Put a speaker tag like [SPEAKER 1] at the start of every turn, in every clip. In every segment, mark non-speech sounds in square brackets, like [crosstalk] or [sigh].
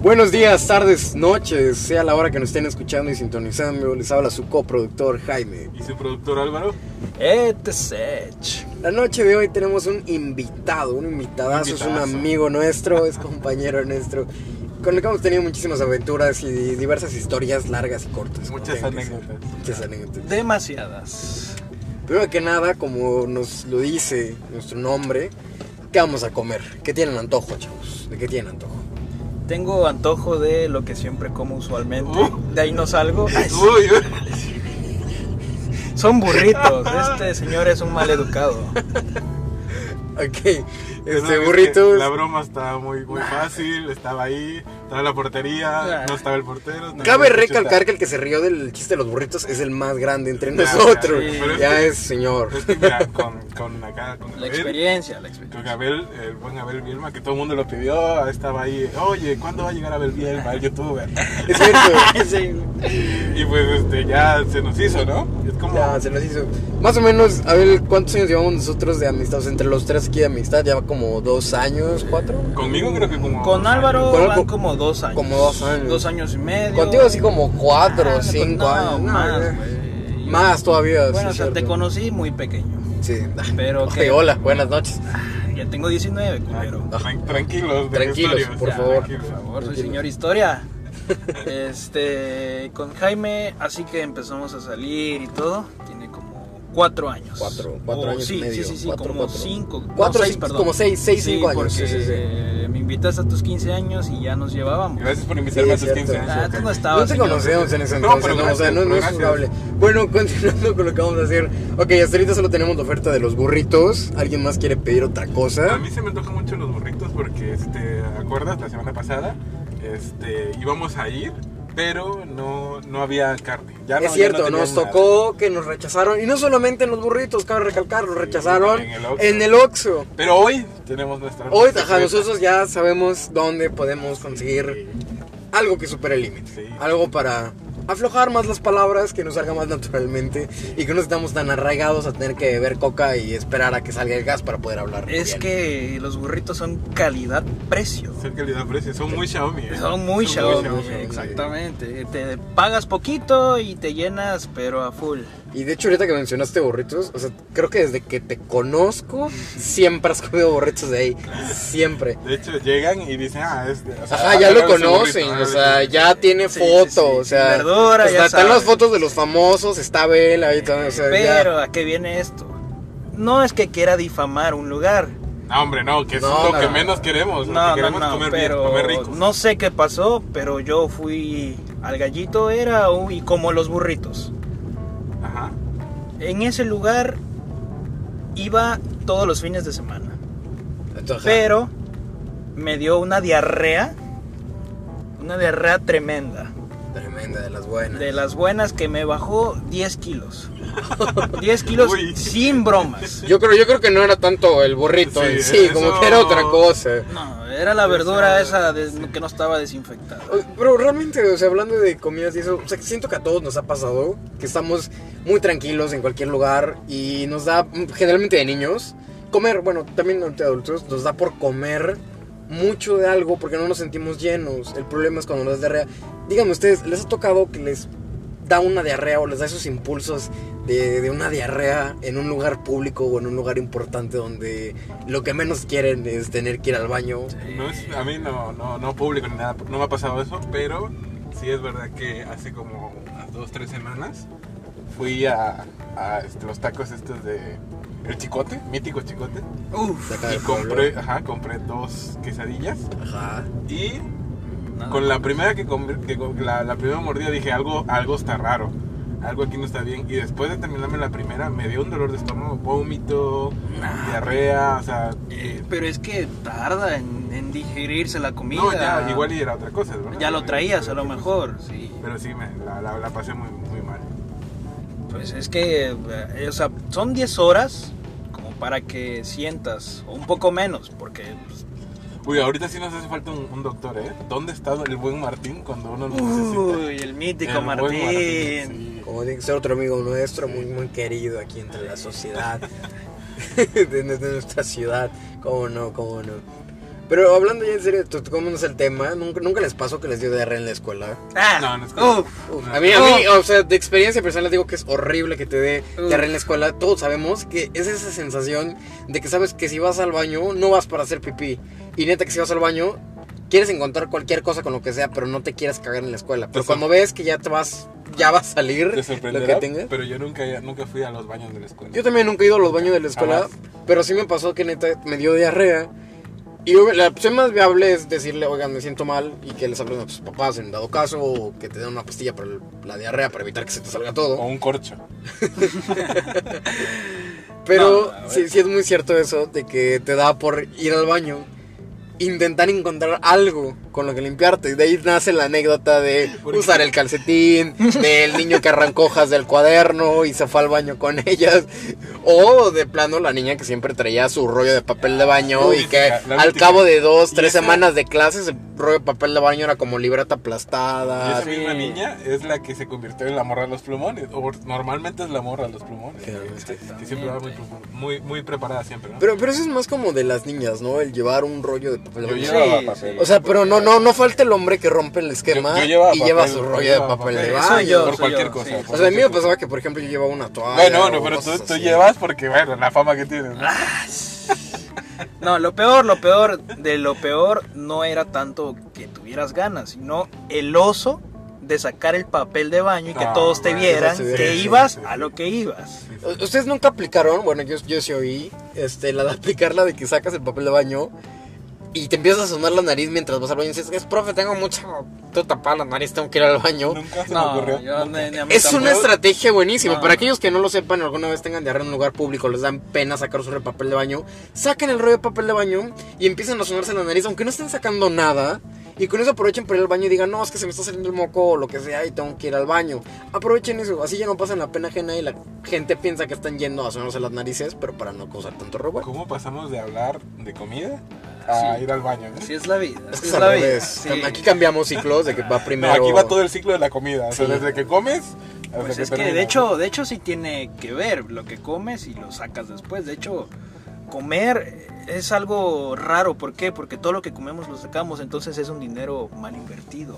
[SPEAKER 1] Buenos días, tardes, noches, sea la hora que nos estén escuchando y sintonizando. Les habla su coproductor Jaime.
[SPEAKER 2] ¿Y su productor Álvaro?
[SPEAKER 3] ETSECH.
[SPEAKER 1] La noche de hoy tenemos un invitado, un invitadazo, es un
[SPEAKER 2] Invitadazo.
[SPEAKER 1] amigo nuestro, es compañero nuestro, con el que hemos tenido muchísimas aventuras y diversas historias largas y cortas. como
[SPEAKER 2] Muchas
[SPEAKER 1] tengan que ser.
[SPEAKER 2] anécdotas.
[SPEAKER 1] Muchas anécdotas.
[SPEAKER 3] Demasiadas.
[SPEAKER 1] Primero que nada, como nos lo dice nuestro nombre, ¿qué vamos a comer? ¿Qué tienen antojo, chavos? ¿De qué tienen antojo?
[SPEAKER 3] Tengo antojo de lo que siempre como usualmente.
[SPEAKER 2] Uh.
[SPEAKER 3] De ahí no salgo. Ay,
[SPEAKER 2] Uy,
[SPEAKER 1] este
[SPEAKER 2] uy.
[SPEAKER 1] Uh.
[SPEAKER 3] Son burritos. Este señor es un mal
[SPEAKER 1] [laughs]
[SPEAKER 3] educado.
[SPEAKER 1] Ok,
[SPEAKER 2] Perdón,
[SPEAKER 1] este
[SPEAKER 2] es que
[SPEAKER 1] burritos.
[SPEAKER 2] La broma estaba muy, muy fácil, estaba ahí, estaba la portería,
[SPEAKER 3] Ah.
[SPEAKER 2] no estaba el portero. no
[SPEAKER 1] Cabe
[SPEAKER 2] había mucho
[SPEAKER 1] recalcar que el que se rió del chiste de los burritos es el más grande entre
[SPEAKER 2] Ya, ya,
[SPEAKER 1] nosotros.
[SPEAKER 3] sí,
[SPEAKER 2] pero
[SPEAKER 1] Ya,
[SPEAKER 2] es que-
[SPEAKER 1] es señor.
[SPEAKER 2] tal. Es que mira, con, con acá, con
[SPEAKER 1] ¿Eh?
[SPEAKER 3] La
[SPEAKER 2] Abel,
[SPEAKER 3] experiencia,
[SPEAKER 2] con
[SPEAKER 3] la experiencia.
[SPEAKER 2] Abel, el buen Abel Bielma, que todo el mundo lo pidió, estaba ahí, oye, ¿cuándo va a llegar Abel Bielma, el youtuber?
[SPEAKER 1] Es cierto.
[SPEAKER 3] Sí, güey.
[SPEAKER 2] Y pues este, ya se nos hizo, ¿no? Es como...
[SPEAKER 1] Ya, se nos hizo. Más o menos, a ver, ¿cuántos años llevamos nosotros de amistad? O sea, entre los tres aquí de amistad, ya como dos años, cuatro.
[SPEAKER 2] Conmigo creo que como...
[SPEAKER 3] Con Álvaro
[SPEAKER 1] Con-
[SPEAKER 3] van
[SPEAKER 1] con-
[SPEAKER 3] como dos años.
[SPEAKER 1] como dos años.
[SPEAKER 3] Dos años y medio.
[SPEAKER 1] Contigo así como cuatro,
[SPEAKER 3] Ah,
[SPEAKER 1] cinco
[SPEAKER 3] no,
[SPEAKER 1] años. No,
[SPEAKER 3] Más,
[SPEAKER 1] ya.
[SPEAKER 3] güey.
[SPEAKER 1] Más todavía.
[SPEAKER 3] Bueno, o
[SPEAKER 1] sí,
[SPEAKER 3] sea, te
[SPEAKER 1] cierto.
[SPEAKER 3] conocí muy pequeño.
[SPEAKER 1] Sí. [laughs]
[SPEAKER 3] Pero
[SPEAKER 1] Ok,
[SPEAKER 3] que-
[SPEAKER 1] hola, buenas noches.
[SPEAKER 3] Ya tengo 19, culero.
[SPEAKER 2] Tran- Tranquilos, de
[SPEAKER 1] Tranquilos,
[SPEAKER 2] historias,
[SPEAKER 1] por
[SPEAKER 2] ya,
[SPEAKER 1] favor.
[SPEAKER 2] tranquilos.
[SPEAKER 3] Por favor, soy
[SPEAKER 1] Tranquilo. [laughs]
[SPEAKER 3] señor historia. Este, con Jaime, así que empezamos a salir y todo. Tiene como cuatro años.
[SPEAKER 1] Cuatro, cuatro
[SPEAKER 3] O
[SPEAKER 1] años
[SPEAKER 3] sí,
[SPEAKER 1] y medio.
[SPEAKER 3] Sí, sí, sí,
[SPEAKER 1] Cuatro,
[SPEAKER 3] como
[SPEAKER 1] cuatro.
[SPEAKER 3] cinco.
[SPEAKER 1] Cuatro,
[SPEAKER 3] no, seis,
[SPEAKER 1] sí,
[SPEAKER 3] perdón.
[SPEAKER 1] como seis, seis,
[SPEAKER 3] Sí,
[SPEAKER 1] cinco años, sí,
[SPEAKER 3] porque,
[SPEAKER 1] sí, sí.
[SPEAKER 3] eh, me invitas a tus 15 años y ya nos llevábamos.
[SPEAKER 2] Gracias por invitarme
[SPEAKER 1] Sí,
[SPEAKER 2] a tus
[SPEAKER 1] es
[SPEAKER 2] 15
[SPEAKER 1] cierto.
[SPEAKER 2] años.
[SPEAKER 3] Ah,
[SPEAKER 2] ok.
[SPEAKER 3] tú no estabas.
[SPEAKER 1] No te
[SPEAKER 3] señor.
[SPEAKER 1] conocíamos en ese
[SPEAKER 2] No,
[SPEAKER 1] entonces,
[SPEAKER 2] pero
[SPEAKER 1] no, o sea,
[SPEAKER 2] gracias,
[SPEAKER 1] no, no es
[SPEAKER 2] gracias.
[SPEAKER 1] juzgable. Bueno, [laughs] continuando con lo que vamos a hacer. Ok, hasta ahorita solo tenemos la oferta de los burritos. ¿Alguien más quiere pedir otra
[SPEAKER 2] A
[SPEAKER 1] cosa?
[SPEAKER 2] mí se me antojan mucho los burritos porque, este, ¿acuerdas? La semana pasada, este, íbamos a ir, pero no, no había carne. Ya no-
[SPEAKER 1] es
[SPEAKER 2] ya
[SPEAKER 1] cierto,
[SPEAKER 2] no
[SPEAKER 1] nos
[SPEAKER 2] tenían
[SPEAKER 1] tocó que nos rechazaron. Y no solamente en los burritos, cabe recalcar, nos
[SPEAKER 2] Sí,
[SPEAKER 1] rechazaron
[SPEAKER 2] en el Oxxo.
[SPEAKER 1] en el Oxxo.
[SPEAKER 2] nada. Pero hoy tenemos nuestra...
[SPEAKER 1] Hoy,
[SPEAKER 2] nuestra
[SPEAKER 1] ajá,
[SPEAKER 2] fiesta.
[SPEAKER 1] nosotros ya sabemos dónde podemos conseguir algo que supere el límite.
[SPEAKER 2] Sí.
[SPEAKER 1] Algo para aflojar más las palabras, que nos salga más naturalmente y que no estamos tan arraigados a tener que beber coca y esperar a que salga el gas para poder hablar.
[SPEAKER 3] Es
[SPEAKER 1] bien.
[SPEAKER 3] que los burritos son calidad-precio.
[SPEAKER 2] Son calidad precio, son muy Xiaomi. ¿eh?
[SPEAKER 3] Son muy Xiaomi,
[SPEAKER 1] Xiaomi.
[SPEAKER 3] exactamente. Te pagas poquito y te llenas, pero a full.
[SPEAKER 1] Y de hecho, ahorita que mencionaste burritos, o sea, creo que desde que te conozco, siempre has comido burritos de ahí. Siempre.
[SPEAKER 2] De hecho, llegan y dicen, ah, este... o sea,
[SPEAKER 1] Ajá,
[SPEAKER 2] ah,
[SPEAKER 1] ya lo
[SPEAKER 2] es un
[SPEAKER 1] conocen,
[SPEAKER 2] burrito,
[SPEAKER 1] o
[SPEAKER 2] ah,
[SPEAKER 1] sea,
[SPEAKER 2] es un-
[SPEAKER 1] ya tiene
[SPEAKER 3] Sí, sí,
[SPEAKER 1] foto,
[SPEAKER 3] sí,
[SPEAKER 1] o sea,
[SPEAKER 3] sin verdura,
[SPEAKER 1] o sea,
[SPEAKER 3] ya
[SPEAKER 1] están las
[SPEAKER 3] sabes.
[SPEAKER 1] fotos de los famosos, está Bel ahí también, o sea, ya.
[SPEAKER 3] Pero, ¿a qué viene esto? No es que quiera difamar un lugar.
[SPEAKER 2] No, hombre, no, que eso
[SPEAKER 1] No,
[SPEAKER 2] es lo que
[SPEAKER 1] no.
[SPEAKER 2] menos queremos. lo que
[SPEAKER 3] No, no,
[SPEAKER 2] Pues queremos es
[SPEAKER 3] no,
[SPEAKER 2] comer
[SPEAKER 3] pero
[SPEAKER 2] bien, comer rico.
[SPEAKER 3] no sé qué pasó, pero yo fui al gallito era un- y como los burritos.
[SPEAKER 2] Ajá.
[SPEAKER 3] En ese lugar iba todos los fines de semana,
[SPEAKER 1] Entonces, ajá.
[SPEAKER 3] pero me dio una diarrea, una diarrea tremenda,
[SPEAKER 1] Tremenda de las buenas.
[SPEAKER 3] de las buenas que me bajó
[SPEAKER 2] [laughs]
[SPEAKER 3] 10 kilos. 10 kilos
[SPEAKER 2] Uy.
[SPEAKER 3] sin bromas.
[SPEAKER 1] Yo creo, yo creo que no era tanto el burrito
[SPEAKER 2] Sí,
[SPEAKER 1] en sí,
[SPEAKER 2] eso-
[SPEAKER 1] como que era otra cosa.
[SPEAKER 3] No, era la verdura
[SPEAKER 2] Esa-
[SPEAKER 3] esa de- que no estaba desinfectada.
[SPEAKER 1] O- Pero realmente, o sea, hablando de comidas y eso, o sea, que siento que a todos nos ha pasado, que estamos muy tranquilos en cualquier lugar y nos da, mm, generalmente de niños, comer, bueno, también de adultos, nos da por comer mucho de algo porque no nos sentimos llenos. El problema es cuando nos da diarrea. Díganme ustedes, ¿les ha tocado que les da una diarrea o les da esos impulsos de, de una diarrea en un lugar público o en un lugar importante donde lo que menos quieren es tener que ir al baño?
[SPEAKER 2] No es, a mí no, no, no público ni nada, no me ha pasado eso, pero sí es verdad que hace como unas dos, tres semanas fui a, a, este, los tacos estos de el chicote, mítico chicote,
[SPEAKER 3] Uf,
[SPEAKER 1] De acá
[SPEAKER 2] y
[SPEAKER 1] del pueblo.
[SPEAKER 2] compré, ajá, compré dos quesadillas
[SPEAKER 1] Ajá.
[SPEAKER 2] y
[SPEAKER 3] nada.
[SPEAKER 2] con la primera que, com- que com- la, la primera mordida dije algo, algo está raro, algo aquí no está bien y después de terminarme la primera me dio un dolor de estómago, vómito, diarrea, o sea,
[SPEAKER 3] Eh, pero es que tarda en, en digerirse la comida.
[SPEAKER 2] no, ya igual y era otra cosa, ¿verdad?
[SPEAKER 3] Ya lo traías a lo
[SPEAKER 2] Otra cosa.
[SPEAKER 3] mejor, sí.
[SPEAKER 2] Pero sí, me, la, la, la pasé muy, muy mal.
[SPEAKER 3] Pues es que, eh, o sea, son 10 horas como para que sientas, o un poco menos, porque pues,
[SPEAKER 2] Uy, ahorita sí nos hace falta un, un doctor, ¿eh? ¿Dónde está el buen Martín cuando uno lo necesita?
[SPEAKER 3] Uy, el mítico
[SPEAKER 2] El buen
[SPEAKER 3] Martín.
[SPEAKER 2] sí.
[SPEAKER 1] Como tiene que ser otro amigo nuestro, muy, muy querido aquí entre [laughs] la sociedad de, de nuestra ciudad. Cómo no, cómo no. Pero hablando ya en serio, to- tocándonos el tema, ¿nunca, nunca les pasó que les dio diarrea en la escuela?
[SPEAKER 3] Ah,
[SPEAKER 2] No, no es correcto.
[SPEAKER 3] uf.
[SPEAKER 1] Uf, a mí, a mí, o sea, de experiencia personal les digo que es horrible que te dé diarrea en la escuela. Todos sabemos que es esa sensación de que sabes que si vas al baño no vas para hacer pipí. Y neta que si vas al baño quieres encontrar cualquier cosa con lo que sea, pero no te quieres cagar en la escuela. Pero
[SPEAKER 2] Te sor-
[SPEAKER 1] cuando ves que ya te vas, ya va a salir
[SPEAKER 2] Te
[SPEAKER 1] lo que
[SPEAKER 2] sorprenderá,
[SPEAKER 1] tengas.
[SPEAKER 2] pero yo nunca, nunca fui a los baños de la escuela.
[SPEAKER 1] Yo también nunca he ido a los baños de la escuela,
[SPEAKER 2] Jamás.
[SPEAKER 1] pero sí me pasó que neta me dio diarrea. Y obvio, la opción más viable es decirle, oigan, me siento mal y que les hablen a tus papás en dado caso, o que te den una pastilla para el- la diarrea para evitar que se te salga
[SPEAKER 2] O
[SPEAKER 1] todo.
[SPEAKER 2] un corcho.
[SPEAKER 1] Pero
[SPEAKER 3] No, a ver.
[SPEAKER 1] sí, sí es muy cierto eso de que te da por ir al baño, intentar encontrar algo con lo que limpiarte. Y de ahí nace la anécdota de
[SPEAKER 2] ¿Por qué?
[SPEAKER 1] usar el calcetín, del niño que arrancó hojas del cuaderno y se fue al baño con [laughs] ellas. O de plano la niña que siempre traía su rollo de papel de baño
[SPEAKER 2] Uy,
[SPEAKER 1] y que
[SPEAKER 2] la- la
[SPEAKER 1] al
[SPEAKER 2] mítica.
[SPEAKER 1] cabo de dos,
[SPEAKER 2] Y
[SPEAKER 1] tres
[SPEAKER 2] esa-
[SPEAKER 1] semanas de clases, el rollo de papel de baño era como libreta
[SPEAKER 2] y esa
[SPEAKER 1] aplastada.
[SPEAKER 2] misma
[SPEAKER 3] sí.
[SPEAKER 2] niña es la que se convirtió en la morra de los plumones. O normalmente es la morra de los plumones.
[SPEAKER 1] Generalmente.
[SPEAKER 2] Que siempre va muy, muy, muy preparada siempre, ¿no?
[SPEAKER 1] Pero, pero eso es más como de las niñas, ¿no? El llevar un rollo de papel de baño.
[SPEAKER 2] yo llevaba
[SPEAKER 3] sí.
[SPEAKER 2] papel.
[SPEAKER 1] O sea, pero no, no, no falta el hombre que rompe el esquema
[SPEAKER 2] Yo- yo llevaba
[SPEAKER 1] y lleva
[SPEAKER 2] papel,
[SPEAKER 1] su
[SPEAKER 2] yo
[SPEAKER 1] rollo de
[SPEAKER 2] llevaba
[SPEAKER 1] papel de
[SPEAKER 2] papel.
[SPEAKER 1] baño.
[SPEAKER 3] Eso yo,
[SPEAKER 2] por
[SPEAKER 3] eso
[SPEAKER 2] cualquier
[SPEAKER 3] yo,
[SPEAKER 2] cosa.
[SPEAKER 3] sí.
[SPEAKER 2] por
[SPEAKER 1] O sea, a mí me
[SPEAKER 2] cualquier
[SPEAKER 1] pasaba que, por ejemplo, yo llevaba una toalla.
[SPEAKER 2] Bueno,
[SPEAKER 1] o
[SPEAKER 2] no, pero tú,
[SPEAKER 1] cosas
[SPEAKER 2] tú
[SPEAKER 1] así.
[SPEAKER 2] llevas porque, bueno, la fama que tienes. ¿no?
[SPEAKER 3] Ah, No, lo peor, lo peor, de lo peor no era tanto que tuvieras ganas, sino el oso de sacar el papel de baño y que
[SPEAKER 2] No,
[SPEAKER 3] todos te
[SPEAKER 2] man,
[SPEAKER 3] vieran
[SPEAKER 1] eso sí,
[SPEAKER 3] que
[SPEAKER 1] sí,
[SPEAKER 3] ibas
[SPEAKER 2] sí.
[SPEAKER 3] a lo que ibas.
[SPEAKER 1] U- ¿Ustedes nunca aplicaron? Bueno, yo, yo sí oí este, la de aplicar la de que sacas el papel de baño y te empiezas a sonar la nariz mientras vas al baño y dices, es profe, tengo mucha... Tengo tapada la nariz, tengo que ir al baño.
[SPEAKER 2] Nunca se me
[SPEAKER 3] No,
[SPEAKER 2] ocurrió.
[SPEAKER 3] yo ni- ni a mí
[SPEAKER 1] Es
[SPEAKER 3] tampoco.
[SPEAKER 1] una estrategia buenísima.
[SPEAKER 3] No.
[SPEAKER 1] Para aquellos que no lo sepan o alguna vez tengan diarrea en un lugar público, les dan pena sacar su rollo de papel de baño, saquen el rollo de papel de baño y empiezan a sonarse la nariz, aunque no estén sacando nada. Y con eso aprovechen para ir al baño y digan, no, es que se me está saliendo el moco o lo que sea y tengo que ir al baño. Aprovechen eso, así ya no pasan la pena ajena y la gente piensa que están yendo a sonarse las narices, pero para no causar tanto robo.
[SPEAKER 2] ¿Cómo pasamos de hablar de comida a ir al baño? ¿no?
[SPEAKER 3] Así es la vida,
[SPEAKER 1] Es
[SPEAKER 3] así
[SPEAKER 1] que
[SPEAKER 3] es,
[SPEAKER 1] es al
[SPEAKER 3] la vida.
[SPEAKER 1] revés.
[SPEAKER 3] sí.
[SPEAKER 1] Aquí cambiamos ciclos de que va
[SPEAKER 2] No,
[SPEAKER 1] primero.
[SPEAKER 2] aquí va todo el ciclo de la comida. O sea,
[SPEAKER 1] Sí.
[SPEAKER 2] desde que comes hasta
[SPEAKER 3] Pues
[SPEAKER 2] que
[SPEAKER 3] es que
[SPEAKER 2] terminas.
[SPEAKER 3] de hecho, de hecho sí tiene que ver lo que comes y lo sacas después. De hecho, comer es algo raro. ¿Por qué? Porque todo lo que comemos lo sacamos, entonces es un dinero mal invertido.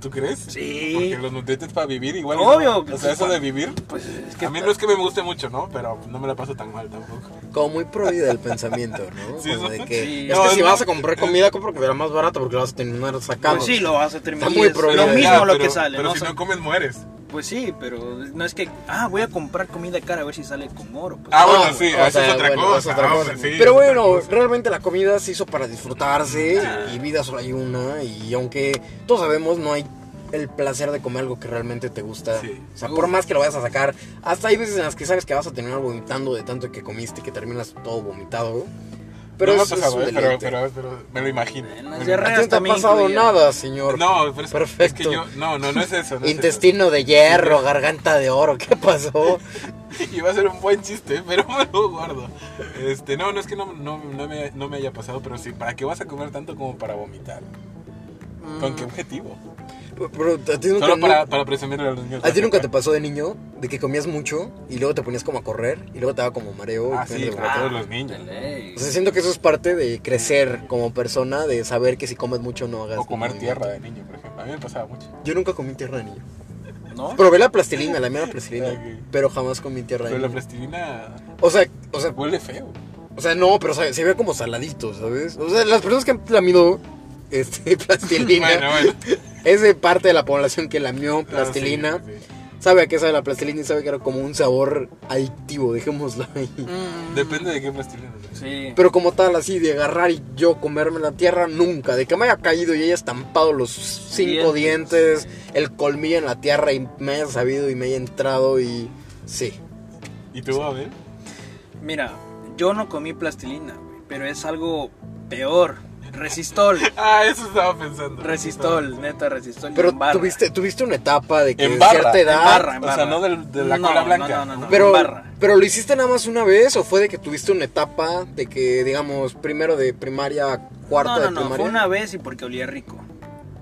[SPEAKER 2] ¿Tú crees?
[SPEAKER 3] Sí.
[SPEAKER 2] Porque los nutrientes para vivir igual.
[SPEAKER 3] Obvio.
[SPEAKER 2] ¿no? O sea, eso de vivir.
[SPEAKER 3] Pues es que
[SPEAKER 2] A mí no es que me guste mucho, ¿no? Pero no me la paso tan mal tampoco.
[SPEAKER 1] Como muy prohibida el pensamiento, ¿no?
[SPEAKER 2] [laughs] Sí,
[SPEAKER 1] Como
[SPEAKER 2] eso-
[SPEAKER 1] de que,
[SPEAKER 3] sí.
[SPEAKER 1] Es
[SPEAKER 2] No,
[SPEAKER 1] que
[SPEAKER 2] es
[SPEAKER 1] si
[SPEAKER 2] más-
[SPEAKER 1] vas a comprar comida, compra que será más barato porque la vas a terminar sacando.
[SPEAKER 3] Pues sí, lo vas a terminar.
[SPEAKER 1] Está muy
[SPEAKER 3] es
[SPEAKER 1] prohibido.
[SPEAKER 3] lo mismo
[SPEAKER 2] Ya,
[SPEAKER 3] lo
[SPEAKER 2] Ah, pero-
[SPEAKER 3] que sale,
[SPEAKER 2] Pero
[SPEAKER 3] ¿no?
[SPEAKER 2] si
[SPEAKER 3] O sea,
[SPEAKER 2] no comes, mueres.
[SPEAKER 3] Pues sí, pero no es que, ah, voy a comprar comida cara a ver si sale con oro. Pues,
[SPEAKER 2] Ah,
[SPEAKER 1] No,
[SPEAKER 2] bueno, sí,
[SPEAKER 1] o
[SPEAKER 2] eso es
[SPEAKER 1] sea,
[SPEAKER 2] otra
[SPEAKER 1] bueno,
[SPEAKER 2] cosa,
[SPEAKER 1] es otra
[SPEAKER 2] ah,
[SPEAKER 1] cosa.
[SPEAKER 2] bueno, sí,
[SPEAKER 1] Pero
[SPEAKER 2] es otra
[SPEAKER 1] bueno,
[SPEAKER 2] cosa.
[SPEAKER 1] realmente la comida se hizo para disfrutarse y vida solo hay una. Y aunque todos sabemos, no hay el placer de comer algo que realmente te gusta.
[SPEAKER 2] Sí.
[SPEAKER 1] O sea, por más que lo vayas a sacar, hasta hay veces en las que sabes que vas a terminar vomitando de tanto que comiste que terminas todo vomitado. Pero
[SPEAKER 2] no me ha
[SPEAKER 1] es, es
[SPEAKER 2] pasado,
[SPEAKER 1] un
[SPEAKER 2] ¿eh? pero,
[SPEAKER 1] deleite.
[SPEAKER 2] pero, pero me lo imagino.
[SPEAKER 3] En las
[SPEAKER 2] Me lo
[SPEAKER 1] A ti
[SPEAKER 3] diarreas
[SPEAKER 1] no te ha
[SPEAKER 3] también
[SPEAKER 1] pasado
[SPEAKER 3] incluía.
[SPEAKER 1] nada, señor.
[SPEAKER 2] No, pero es,
[SPEAKER 1] Perfecto.
[SPEAKER 2] es que yo. No, no, no es eso. No es
[SPEAKER 1] Intestino de hierro, garganta de oro, ¿qué pasó?
[SPEAKER 2] [laughs] eso. Iba a ser un buen chiste, pero me lo guardo. Este, no, no es que no, no, no, me, no me haya pasado, pero sí. ¿Para qué vas a comer tanto como para vomitar? ¿Con qué objetivo?
[SPEAKER 1] Pero a ti Mm. nunca,
[SPEAKER 2] Solo para, para presumirle a los niños.
[SPEAKER 1] ¿A ti
[SPEAKER 2] la
[SPEAKER 1] nunca te
[SPEAKER 2] coca.
[SPEAKER 1] pasó de niño de que comías mucho y luego te ponías como a correr y luego te daba como mareo? y
[SPEAKER 2] Ah,
[SPEAKER 1] tenías
[SPEAKER 2] sí,
[SPEAKER 1] como-
[SPEAKER 2] para
[SPEAKER 3] Ah,
[SPEAKER 2] todos los niños.
[SPEAKER 1] O sea, siento que eso es parte de crecer como persona, de saber que si comes mucho no hagas.
[SPEAKER 2] O comer
[SPEAKER 1] movimiento.
[SPEAKER 2] tierra de niño, por ejemplo. A mí me pasaba mucho.
[SPEAKER 1] Yo nunca comí tierra de niño.
[SPEAKER 3] ¿No?
[SPEAKER 1] Probé la plastilina, la mera plastilina,
[SPEAKER 2] [laughs] Ok.
[SPEAKER 1] pero jamás comí tierra de
[SPEAKER 2] Pero la
[SPEAKER 1] niño.
[SPEAKER 2] plastilina
[SPEAKER 1] O sea, o sea,
[SPEAKER 2] huele feo.
[SPEAKER 1] o sea, no, pero se, se ve como saladito, ¿sabes? O sea, las personas que han lamido este, [laughs] plastilina,
[SPEAKER 2] Bueno, bueno.
[SPEAKER 1] es de parte de la población que lamió [laughs] plastilina,
[SPEAKER 2] Ah, sí, sí.
[SPEAKER 1] sabe a qué sabe la plastilina y sabe que era como un sabor adictivo, dejémoslo ahí.
[SPEAKER 2] Depende de qué plastilina.
[SPEAKER 3] Sí.
[SPEAKER 1] Pero como tal, así de agarrar y yo comerme la tierra, nunca. De que me haya caído y haya estampado los cinco dientes,
[SPEAKER 3] Dientes.
[SPEAKER 1] el colmillo en la tierra y me haya sabido y me haya entrado y. Sí.
[SPEAKER 2] ¿Y tú, a ver?
[SPEAKER 3] Mira, yo no comí plastilina, güey, pero es algo peor. Resistol.
[SPEAKER 2] Ah, eso estaba pensando.
[SPEAKER 3] Resistol, neta, resistol. y
[SPEAKER 1] Pero
[SPEAKER 3] en barra.
[SPEAKER 1] tuviste, tuviste una etapa de que
[SPEAKER 2] En
[SPEAKER 1] de
[SPEAKER 2] barra,
[SPEAKER 1] cierta
[SPEAKER 2] en
[SPEAKER 1] edad.
[SPEAKER 3] barra.
[SPEAKER 2] O sea, no del- de la
[SPEAKER 3] No,
[SPEAKER 2] cola
[SPEAKER 3] no,
[SPEAKER 2] blanca.
[SPEAKER 3] no, no, no.
[SPEAKER 1] Pero,
[SPEAKER 3] En barra.
[SPEAKER 1] pero lo hiciste nada más una vez o fue de que tuviste una etapa de que, digamos, primero de primaria, cuarta
[SPEAKER 3] no, no,
[SPEAKER 1] de
[SPEAKER 3] no,
[SPEAKER 1] primaria.
[SPEAKER 3] fue una vez y porque olía rico.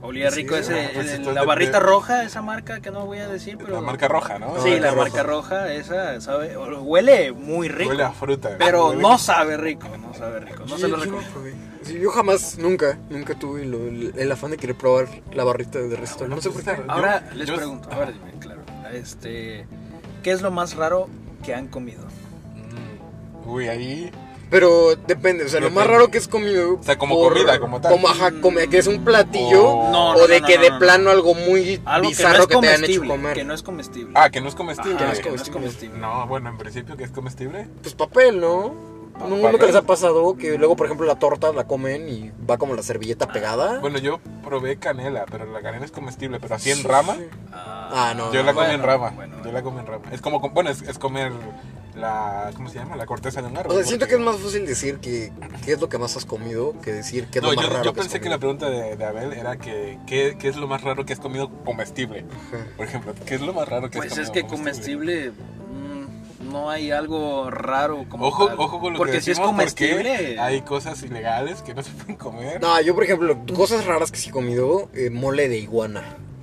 [SPEAKER 3] Olía
[SPEAKER 1] Sí,
[SPEAKER 3] rico ese,
[SPEAKER 2] ah, pues,
[SPEAKER 3] el-
[SPEAKER 2] entonces
[SPEAKER 3] la
[SPEAKER 2] de-
[SPEAKER 3] barrita
[SPEAKER 2] de-
[SPEAKER 3] roja, esa marca que no voy a decir, pero...
[SPEAKER 2] La marca roja, ¿no?
[SPEAKER 3] Sí, la
[SPEAKER 1] roja.
[SPEAKER 3] marca roja, esa sabe, huele muy rico.
[SPEAKER 2] Huele a fruta.
[SPEAKER 3] Pero
[SPEAKER 2] Huele-
[SPEAKER 3] no sabe rico, no sabe rico, no
[SPEAKER 1] Sí,
[SPEAKER 3] se
[SPEAKER 1] yo
[SPEAKER 3] lo
[SPEAKER 1] no
[SPEAKER 3] recomiendo.
[SPEAKER 1] probé. Sí, yo jamás, nunca, nunca tuve lo- el, el afán de querer probar la barrita de restaurante. No sé por qué.
[SPEAKER 2] Yo-
[SPEAKER 3] Ahora les
[SPEAKER 2] yo-
[SPEAKER 3] pregunto, ahora dime, claro, este, ¿qué es lo más raro que han comido?
[SPEAKER 2] Mm. Uy, ahí.
[SPEAKER 1] Pero depende, o sea, lo más
[SPEAKER 2] Depende.
[SPEAKER 1] raro que es comido.
[SPEAKER 2] O sea, como comida, como tal. Oh.
[SPEAKER 1] Como, ajá, como que es un platillo.
[SPEAKER 2] O-
[SPEAKER 1] O,
[SPEAKER 3] No, no,
[SPEAKER 1] de
[SPEAKER 3] no,
[SPEAKER 1] que
[SPEAKER 3] no,
[SPEAKER 1] de
[SPEAKER 3] no, no.
[SPEAKER 1] plano algo muy
[SPEAKER 3] Algo que no
[SPEAKER 1] bizarro
[SPEAKER 3] es
[SPEAKER 1] que, te han hecho
[SPEAKER 3] comestible,
[SPEAKER 1] comer.
[SPEAKER 3] que no es comestible.
[SPEAKER 2] Ah, que no es comestible.
[SPEAKER 3] Ajá,
[SPEAKER 1] es
[SPEAKER 3] que no es
[SPEAKER 1] comestible.
[SPEAKER 3] comestible.
[SPEAKER 2] No, bueno, en principio que es comestible.
[SPEAKER 1] Pues papel, ¿no?
[SPEAKER 2] Pa-
[SPEAKER 1] ¿No,
[SPEAKER 2] papel.
[SPEAKER 1] nunca les ha pasado que luego, por ejemplo, la torta la comen y va como la servilleta pegada?
[SPEAKER 2] Bueno, yo probé canela, pero la canela es comestible, pero así en
[SPEAKER 1] Sí,
[SPEAKER 2] rama.
[SPEAKER 1] sí.
[SPEAKER 3] Ah,
[SPEAKER 1] Ah, no.
[SPEAKER 2] Yo la comí en
[SPEAKER 3] Bueno,
[SPEAKER 2] rama.
[SPEAKER 3] bueno,
[SPEAKER 2] Yo
[SPEAKER 3] bueno.
[SPEAKER 2] la comí en rama. Es como, com- bueno, es, es comer la, ¿cómo se llama? La corteza de un árbol.
[SPEAKER 1] O sea, siento
[SPEAKER 2] porque-
[SPEAKER 1] que es más fácil decir que qué es lo que más has comido que decir qué es
[SPEAKER 2] No,
[SPEAKER 1] lo más
[SPEAKER 2] yo,
[SPEAKER 1] raro
[SPEAKER 2] yo
[SPEAKER 1] que has
[SPEAKER 2] pensé que la
[SPEAKER 1] comido.
[SPEAKER 2] pregunta de, de Abel era que, ¿qué, qué es lo más raro que has comido comestible? Por ejemplo, ¿qué es lo más raro que has
[SPEAKER 3] Pues es
[SPEAKER 2] comido
[SPEAKER 3] que comestible, mm, no hay algo raro como
[SPEAKER 2] Ojo,
[SPEAKER 3] tal.
[SPEAKER 2] ojo con lo
[SPEAKER 3] Porque
[SPEAKER 2] que
[SPEAKER 3] si es
[SPEAKER 2] decimos, porque
[SPEAKER 3] comestible,
[SPEAKER 2] hay cosas ilegales que no se pueden comer.
[SPEAKER 1] No, yo, por ejemplo, cosas raras que sí he comido, eh, mole de iguana.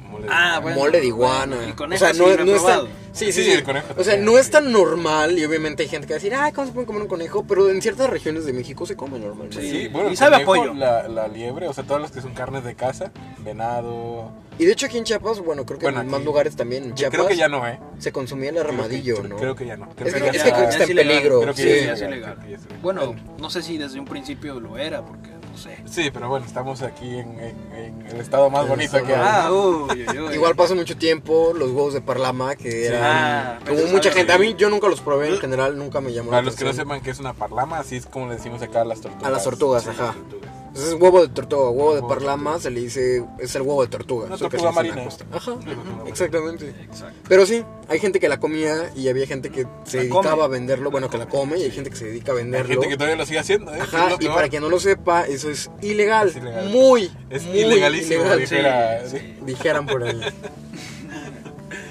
[SPEAKER 2] Mole de
[SPEAKER 3] Ah,
[SPEAKER 2] iguana.
[SPEAKER 3] bueno.
[SPEAKER 1] mole de iguana.
[SPEAKER 3] bueno, el
[SPEAKER 1] o
[SPEAKER 3] conejo
[SPEAKER 1] sea,
[SPEAKER 3] sí
[SPEAKER 1] no,
[SPEAKER 3] lo he
[SPEAKER 1] no es tan.
[SPEAKER 3] probado.
[SPEAKER 1] Sí, sí,
[SPEAKER 2] Sí,
[SPEAKER 1] sí.
[SPEAKER 2] el conejo
[SPEAKER 1] o sea,
[SPEAKER 2] también,
[SPEAKER 1] no es
[SPEAKER 2] sí.
[SPEAKER 1] tan normal y obviamente hay gente que va a decir, ay, ¿cómo se pueden comer un conejo? Pero en ciertas regiones de México se come normalmente.
[SPEAKER 2] Sí,
[SPEAKER 3] Sí,
[SPEAKER 2] bueno,
[SPEAKER 3] y
[SPEAKER 2] el
[SPEAKER 3] sabe a
[SPEAKER 2] conejo,
[SPEAKER 3] pollo.
[SPEAKER 2] La, la liebre, o sea, todas las que son carnes de casa, venado.
[SPEAKER 1] Y de hecho aquí en Chiapas, bueno, creo que
[SPEAKER 2] Bueno,
[SPEAKER 1] en más
[SPEAKER 2] aquí-
[SPEAKER 1] lugares también, en
[SPEAKER 2] Yo
[SPEAKER 1] Chiapas,
[SPEAKER 2] creo que ya no, ¿eh?
[SPEAKER 1] se consumía el
[SPEAKER 2] Creo que-
[SPEAKER 1] armadillo,
[SPEAKER 2] creo-
[SPEAKER 1] ¿no?
[SPEAKER 2] Creo que ya no. Creo
[SPEAKER 1] Es
[SPEAKER 2] que
[SPEAKER 1] que- es
[SPEAKER 2] ya-
[SPEAKER 1] que este- creo que está en
[SPEAKER 3] ilegal,
[SPEAKER 1] peligro,
[SPEAKER 3] creo que
[SPEAKER 1] sí.
[SPEAKER 3] ya es
[SPEAKER 2] Creo que
[SPEAKER 3] ilegal.
[SPEAKER 2] ya es ilegal.
[SPEAKER 3] Bueno, no sé si desde un principio lo era, porque no sé.
[SPEAKER 2] Sí, pero bueno, estamos aquí en, en- en el estado más
[SPEAKER 1] El
[SPEAKER 2] bonito
[SPEAKER 1] estado
[SPEAKER 2] que
[SPEAKER 1] más-
[SPEAKER 2] hay.
[SPEAKER 3] Ah, uy, uy, uy.
[SPEAKER 1] Igual pasó mucho tiempo, los huevos de Parlama, que eran...
[SPEAKER 3] Ah,
[SPEAKER 1] que
[SPEAKER 3] pero
[SPEAKER 1] hubo
[SPEAKER 3] eso
[SPEAKER 1] mucha
[SPEAKER 3] sabe
[SPEAKER 1] gente, a
[SPEAKER 2] horrible.
[SPEAKER 1] mí yo nunca los probé en general, nunca me llamó la
[SPEAKER 2] Para los que no
[SPEAKER 1] atención.
[SPEAKER 2] sepan qué es una parlama, así es como le decimos acá a las tortugas.
[SPEAKER 1] A las tortugas,
[SPEAKER 2] Sí,
[SPEAKER 1] ajá.
[SPEAKER 2] tortugas.
[SPEAKER 1] Entonces es huevo de tortuga, huevo de
[SPEAKER 2] Huevo de
[SPEAKER 1] parlama, se le dice, es el huevo de tortuga.
[SPEAKER 2] Una
[SPEAKER 1] es lo que
[SPEAKER 2] tortuga
[SPEAKER 1] se dice en la
[SPEAKER 2] marina.
[SPEAKER 1] costa. Ajá,
[SPEAKER 2] Una tortuga marina.
[SPEAKER 1] exactamente.
[SPEAKER 3] Exacto.
[SPEAKER 1] Pero sí, hay gente que la comía y había gente que se
[SPEAKER 3] La
[SPEAKER 1] dedicaba
[SPEAKER 3] come.
[SPEAKER 1] a venderlo, bueno, que la come y hay gente que se dedica a
[SPEAKER 2] Hay
[SPEAKER 1] venderlo.
[SPEAKER 2] gente que todavía lo sigue haciendo, ¿eh?
[SPEAKER 1] Ajá,
[SPEAKER 2] Es lo
[SPEAKER 1] y
[SPEAKER 2] peor.
[SPEAKER 1] para quien no lo sepa, eso es ilegal,
[SPEAKER 2] Es ilegal.
[SPEAKER 1] muy,
[SPEAKER 2] Es
[SPEAKER 1] muy
[SPEAKER 2] ilegalísimo,
[SPEAKER 1] ilegal,
[SPEAKER 3] dije.
[SPEAKER 2] dijera.
[SPEAKER 3] Sí,
[SPEAKER 2] ¿sí?
[SPEAKER 1] dijeran por ahí.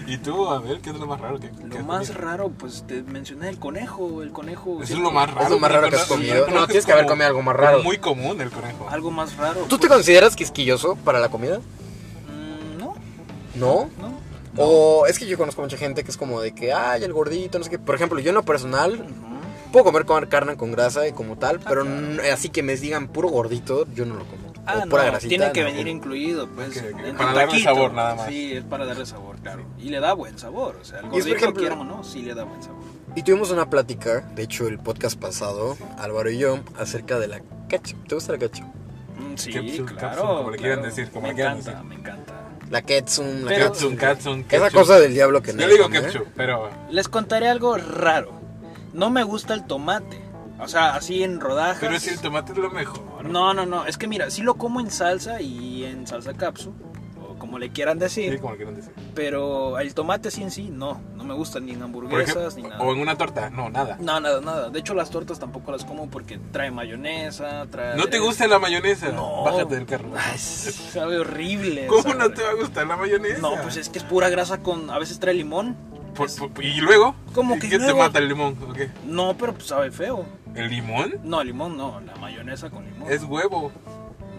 [SPEAKER 2] Y tú, a ver, ¿qué es lo más raro que, que
[SPEAKER 3] Lo
[SPEAKER 2] has
[SPEAKER 3] más
[SPEAKER 2] comido?
[SPEAKER 3] raro, pues te mencioné el conejo, el conejo.
[SPEAKER 2] Eso
[SPEAKER 3] sí,
[SPEAKER 2] es lo más raro.
[SPEAKER 1] lo más
[SPEAKER 2] porque
[SPEAKER 1] raro que
[SPEAKER 2] el
[SPEAKER 1] has
[SPEAKER 2] conejo-
[SPEAKER 1] comido.
[SPEAKER 2] el conejo
[SPEAKER 1] No, tienes
[SPEAKER 2] es
[SPEAKER 1] que haber
[SPEAKER 2] como-
[SPEAKER 1] comido algo más raro.
[SPEAKER 2] Muy común el conejo.
[SPEAKER 3] Algo más raro.
[SPEAKER 1] ¿Tú te
[SPEAKER 3] pues,
[SPEAKER 1] consideras quisquilloso para la comida?
[SPEAKER 3] mm, No,
[SPEAKER 1] ¿No?
[SPEAKER 3] no.
[SPEAKER 1] O es que yo conozco mucha gente que es como de que, ay, el gordito, no sé qué. Por ejemplo, yo en lo personal
[SPEAKER 3] Ujú.
[SPEAKER 1] puedo comer con carne con grasa y como tal, pero n- así que me digan puro gordito, yo no lo como.
[SPEAKER 3] Ah,
[SPEAKER 1] o pura
[SPEAKER 3] no,
[SPEAKER 1] grasita.
[SPEAKER 3] tiene que
[SPEAKER 1] no.
[SPEAKER 3] venir incluido, pues.
[SPEAKER 2] Ok, ok,
[SPEAKER 3] en tu
[SPEAKER 2] para darle
[SPEAKER 3] taquito.
[SPEAKER 2] sabor, nada más.
[SPEAKER 3] Sí, es para darle sabor, claro. Y le da buen sabor, o sea, el
[SPEAKER 1] Y es, por
[SPEAKER 3] gordito,
[SPEAKER 1] ejemplo-
[SPEAKER 3] quieran o no, sí le da buen sabor.
[SPEAKER 1] Y tuvimos una plática, de hecho, el podcast pasado, Álvaro y yo, acerca de la ketchup. ¿Te gusta la ketchup?
[SPEAKER 3] Mm, Sí,
[SPEAKER 2] Capsule,
[SPEAKER 3] claro.
[SPEAKER 2] capsule, como le
[SPEAKER 3] claro.
[SPEAKER 2] quieran decir, como
[SPEAKER 3] me
[SPEAKER 2] le quieran
[SPEAKER 3] encanta,
[SPEAKER 2] decir.
[SPEAKER 3] me encanta.
[SPEAKER 1] La ketsun, la
[SPEAKER 3] Pero-
[SPEAKER 2] Katsun, katsun,
[SPEAKER 1] Que Esa
[SPEAKER 2] ketchup.
[SPEAKER 1] cosa del diablo que
[SPEAKER 2] Yo le digo
[SPEAKER 1] come, ¿eh?
[SPEAKER 2] ketchup, pero
[SPEAKER 3] Les contaré algo raro. No me gusta el tomate. O sea, así en rodajas.
[SPEAKER 2] Pero si el tomate es lo mejor.
[SPEAKER 3] No, no, no. Es que mira, sí lo como en salsa y en salsa capsu, o como le quieran
[SPEAKER 2] Sí,
[SPEAKER 3] decir.
[SPEAKER 2] como lo quieran decir.
[SPEAKER 3] Pero el tomate sí en sí, no. No me gusta ni en
[SPEAKER 2] Por ejemplo,
[SPEAKER 3] hamburguesas, ni nada.
[SPEAKER 2] o en una torta, no, nada.
[SPEAKER 3] No, nada, nada. De hecho, las tortas tampoco las como porque trae mayonesa, trae...
[SPEAKER 2] ¿No te gusta la mayonesa?
[SPEAKER 3] No.
[SPEAKER 2] Bájate del carro.
[SPEAKER 3] Ay, sabe horrible.
[SPEAKER 2] ¿Cómo
[SPEAKER 3] sabe
[SPEAKER 2] no te
[SPEAKER 3] horrible.
[SPEAKER 2] va a gustar la mayonesa?
[SPEAKER 3] No, pues es que es pura grasa con... A veces trae limón.
[SPEAKER 2] Por- por- ¿Y luego?
[SPEAKER 3] ¿Cómo
[SPEAKER 2] ¿Y
[SPEAKER 3] que
[SPEAKER 2] ¿Qué te
[SPEAKER 3] luego?
[SPEAKER 2] mata el limón? ¿O qué?
[SPEAKER 3] No, pero pues sabe feo.
[SPEAKER 2] ¿El limón?
[SPEAKER 3] No, limón no. La mayonesa con limón.
[SPEAKER 2] Es huevo.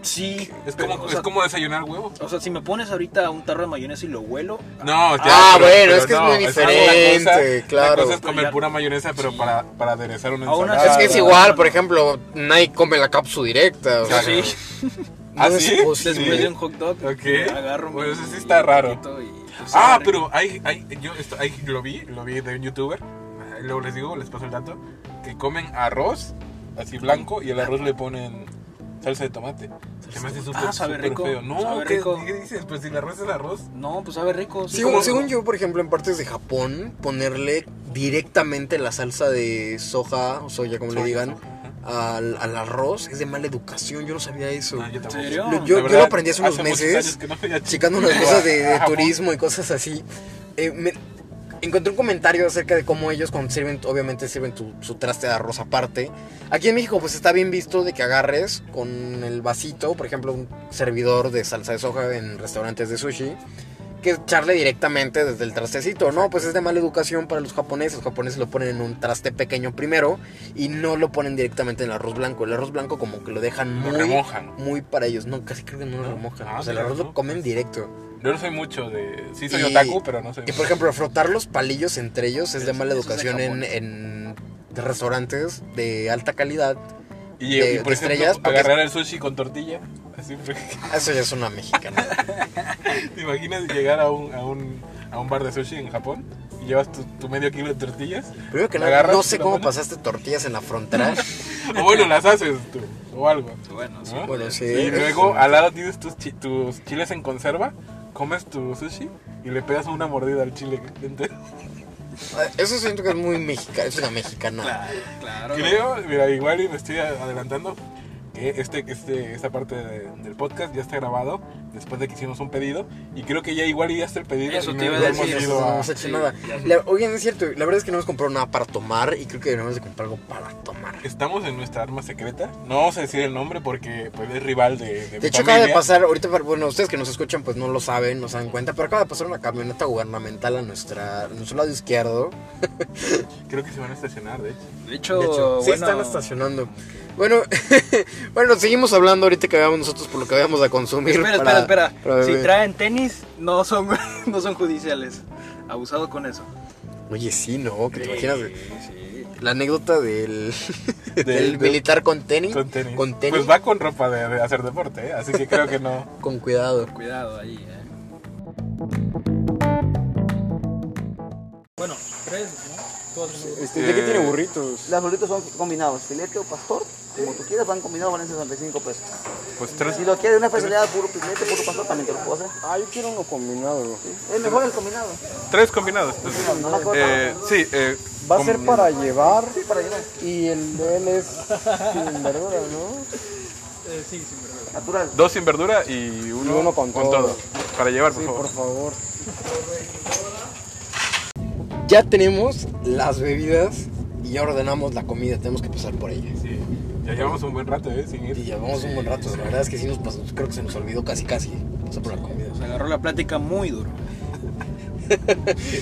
[SPEAKER 3] Sí.
[SPEAKER 2] Es
[SPEAKER 3] pero,
[SPEAKER 2] como,
[SPEAKER 3] o
[SPEAKER 2] es
[SPEAKER 3] sea,
[SPEAKER 2] como desayunar huevo.
[SPEAKER 3] O sea, si me pones ahorita un tarro de mayonesa y lo huelo...
[SPEAKER 2] No, tío,
[SPEAKER 1] Ah,
[SPEAKER 2] pero-
[SPEAKER 1] bueno,
[SPEAKER 2] pero
[SPEAKER 1] es que es
[SPEAKER 2] no,
[SPEAKER 1] muy
[SPEAKER 2] o sea, una cosa-
[SPEAKER 1] diferente, claro.
[SPEAKER 2] Una cosa es
[SPEAKER 3] Pero ya-
[SPEAKER 2] comer pura mayonesa, pero
[SPEAKER 3] Sí.
[SPEAKER 2] para, para aderezar una
[SPEAKER 3] Aún así-
[SPEAKER 2] ensalada.
[SPEAKER 1] Es que es
[SPEAKER 3] Ah,
[SPEAKER 1] igual,
[SPEAKER 3] bueno.
[SPEAKER 1] por ejemplo, nadie come la capsu directa. O sea,
[SPEAKER 3] Sí,
[SPEAKER 1] no
[SPEAKER 2] ¿Ah,
[SPEAKER 1] es
[SPEAKER 2] sí?
[SPEAKER 1] posible.
[SPEAKER 3] después de un hot dog,
[SPEAKER 2] Ok.
[SPEAKER 3] me agarro mi-
[SPEAKER 2] Bueno, eso sí está raro.
[SPEAKER 3] poquito y, pues,
[SPEAKER 2] Ah,
[SPEAKER 3] sabe rico.
[SPEAKER 2] pero hay, hay, yo esto, hay, lo vi, lo vi de un youtuber. Ahí Luego les digo, les paso el dato. Que comen arroz así blanco y el arroz le ponen salsa de tomate. Se me hace súper,
[SPEAKER 3] Ah, sabe
[SPEAKER 2] súper
[SPEAKER 3] rico,
[SPEAKER 2] feo. No,
[SPEAKER 3] sabe
[SPEAKER 2] ¿qué,
[SPEAKER 3] rico.
[SPEAKER 2] qué dices? Pues si el arroz es arroz.
[SPEAKER 3] No, pues sabe rico.
[SPEAKER 1] Sí,
[SPEAKER 2] ¿Cómo?
[SPEAKER 1] según yo, por ejemplo, en partes de Japón, ponerle directamente la salsa de soja o soya, como le
[SPEAKER 2] Soya,
[SPEAKER 1] digan,
[SPEAKER 2] soja.
[SPEAKER 1] al, al arroz es de mala educación. Yo no sabía eso.
[SPEAKER 2] No, Ah, yo tampoco.
[SPEAKER 3] ¿En serio?
[SPEAKER 1] Lo-
[SPEAKER 3] La
[SPEAKER 1] yo, yo
[SPEAKER 2] La
[SPEAKER 1] lo
[SPEAKER 2] verdad,
[SPEAKER 1] aprendí hace unos
[SPEAKER 2] muchos años
[SPEAKER 1] meses,
[SPEAKER 2] que no voy
[SPEAKER 1] [laughs]
[SPEAKER 2] a
[SPEAKER 1] checando unas cosas de, de turismo y cosas así. Eh, me- encontré un comentario acerca de cómo ellos cuando sirven, obviamente sirven tu- su traste de arroz aparte. Aquí en México pues está bien visto de que agarres con el vasito, por ejemplo, un servidor de salsa de soja en restaurantes de sushi. que echarle directamente desde el trastecito. No, pues es de mala educación para los japoneses. Los japoneses lo ponen en un traste pequeño primero y no lo ponen directamente en el arroz blanco. El arroz blanco como que lo dejan
[SPEAKER 2] Lo
[SPEAKER 1] muy,
[SPEAKER 2] remojan.
[SPEAKER 1] muy para ellos. No, casi creo que no lo remojan.
[SPEAKER 2] Ah,
[SPEAKER 1] o sea, el
[SPEAKER 2] mira,
[SPEAKER 1] arroz
[SPEAKER 2] ¿no?
[SPEAKER 1] lo comen directo.
[SPEAKER 2] Yo no soy mucho de. Sí, soy
[SPEAKER 1] Y-
[SPEAKER 2] otaku, pero no soy.
[SPEAKER 1] Y por ejemplo, frotar los palillos entre ellos es de
[SPEAKER 3] Eso-
[SPEAKER 1] mala
[SPEAKER 3] eso es de
[SPEAKER 1] educación en,
[SPEAKER 3] Japón.
[SPEAKER 1] en restaurantes de alta calidad. de-
[SPEAKER 2] y, y por
[SPEAKER 1] de
[SPEAKER 2] ejemplo,
[SPEAKER 1] estrellas, porque-
[SPEAKER 2] agarrar el sushi con tortilla. Así fue.
[SPEAKER 1] Ah, Eso ya es una mexicana.
[SPEAKER 2] ¿Te imaginas llegar a un, a un, a un bar de sushi en Japón y llevas tu, tu medio kilo de tortillas?
[SPEAKER 1] Primero que
[SPEAKER 2] ¿La
[SPEAKER 1] nada,
[SPEAKER 2] agarras
[SPEAKER 1] no
[SPEAKER 2] y
[SPEAKER 1] sé
[SPEAKER 2] la
[SPEAKER 1] cómo
[SPEAKER 2] pones?
[SPEAKER 1] pasaste tortillas en la frontera.
[SPEAKER 2] O bueno, las haces tú, o algo.
[SPEAKER 3] Bueno, sí.
[SPEAKER 2] ¿no?
[SPEAKER 1] Bueno, sí.
[SPEAKER 2] Y luego al lado tienes tus, chi- tus chiles en conserva, comes tu sushi y le pegas una mordida al chile entero.
[SPEAKER 1] Ah, Eso siento que es muy mexicana. Es una mexicana.
[SPEAKER 3] Claro, claro.
[SPEAKER 2] Creo, mira, igual y me estoy adelantando que este, este, esta parte de- del podcast ya está grabado después de que hicimos un pedido y creo que ya igual y ya está el pedido.
[SPEAKER 3] Eso
[SPEAKER 2] y
[SPEAKER 3] te iba a
[SPEAKER 2] lo
[SPEAKER 3] decir,
[SPEAKER 2] hemos
[SPEAKER 3] eso
[SPEAKER 2] ido
[SPEAKER 1] no
[SPEAKER 2] a-
[SPEAKER 1] hemos hecho
[SPEAKER 3] sí,
[SPEAKER 1] nada.
[SPEAKER 3] ya.
[SPEAKER 1] La- oigan, es cierto, la verdad es que no hemos comprado nada para tomar y creo que deberíamos de comprar algo para tomar.
[SPEAKER 2] Estamos en nuestra arma secreta. No vamos a decir el nombre porque pues, es rival de, de mi
[SPEAKER 1] De hecho, acaba de
[SPEAKER 2] familia.
[SPEAKER 1] pasar, ahorita, para- bueno, ustedes que nos escuchan, pues no lo saben, no se dan cuenta, pero acaba de pasar una camioneta gubernamental a, nuestra, a nuestro lado izquierdo.
[SPEAKER 2] Creo que se van a estacionar, de hecho.
[SPEAKER 3] De hecho,
[SPEAKER 1] De hecho, sí
[SPEAKER 3] bueno,
[SPEAKER 1] están estacionando. Bueno, [laughs] bueno, seguimos hablando ahorita que veamos nosotros por lo que vamos a consumir.
[SPEAKER 3] Espera,
[SPEAKER 1] para-
[SPEAKER 3] espera, espera.
[SPEAKER 1] para
[SPEAKER 3] si
[SPEAKER 1] beber.
[SPEAKER 3] traen tenis, no son, [laughs] no son judiciales. Abusado con eso.
[SPEAKER 1] Oye, sí, ¿no? ¿Qué te imaginas?
[SPEAKER 3] Sí, sí.
[SPEAKER 1] La anécdota del, [laughs] del,
[SPEAKER 2] Del-
[SPEAKER 1] militar con tenis.
[SPEAKER 2] Con tenis.
[SPEAKER 1] Con tenis.
[SPEAKER 2] Pues va con ropa de, de hacer deporte, ¿eh? así que creo que no.
[SPEAKER 4] [laughs]
[SPEAKER 1] Con cuidado.
[SPEAKER 3] Cuidado ahí, eh. Bueno, tres, ¿no?
[SPEAKER 1] ¿De qué tiene burritos?
[SPEAKER 5] Las bolitas son combinados, filete o pastor, como tú quieras, van combinados, valen 65 pesos.
[SPEAKER 2] Pues tres.
[SPEAKER 5] Si lo quieres una especialidad puro filete, puro pastor, también te lo puedo hacer.
[SPEAKER 1] Ah, yo quiero uno combinado.
[SPEAKER 5] Es mejor el combinado.
[SPEAKER 2] Tres combinados. entonces.
[SPEAKER 5] No la corta.
[SPEAKER 2] Eh, sí, eh,
[SPEAKER 4] Va a
[SPEAKER 2] com-
[SPEAKER 4] ser para llevar
[SPEAKER 5] Sí, para llevar.
[SPEAKER 4] y el de él es sin verduras, ¿no?
[SPEAKER 5] Natural.
[SPEAKER 2] Dos sin verdura y uno,
[SPEAKER 4] Y uno con todo.
[SPEAKER 2] Para llevar, por
[SPEAKER 4] Sí,
[SPEAKER 2] favor.
[SPEAKER 4] por favor.
[SPEAKER 1] Ya tenemos las bebidas y ya ordenamos la comida. Tenemos que pasar por ellas.
[SPEAKER 2] Sí, ya llevamos un buen rato, ¿eh? Sin
[SPEAKER 1] Y
[SPEAKER 2] ir.
[SPEAKER 1] llevamos un buen rato. La verdad es que sí nos pasó. Creo que se nos olvidó casi, casi. Pasar por la comida.
[SPEAKER 3] Nos agarró la plática muy duro.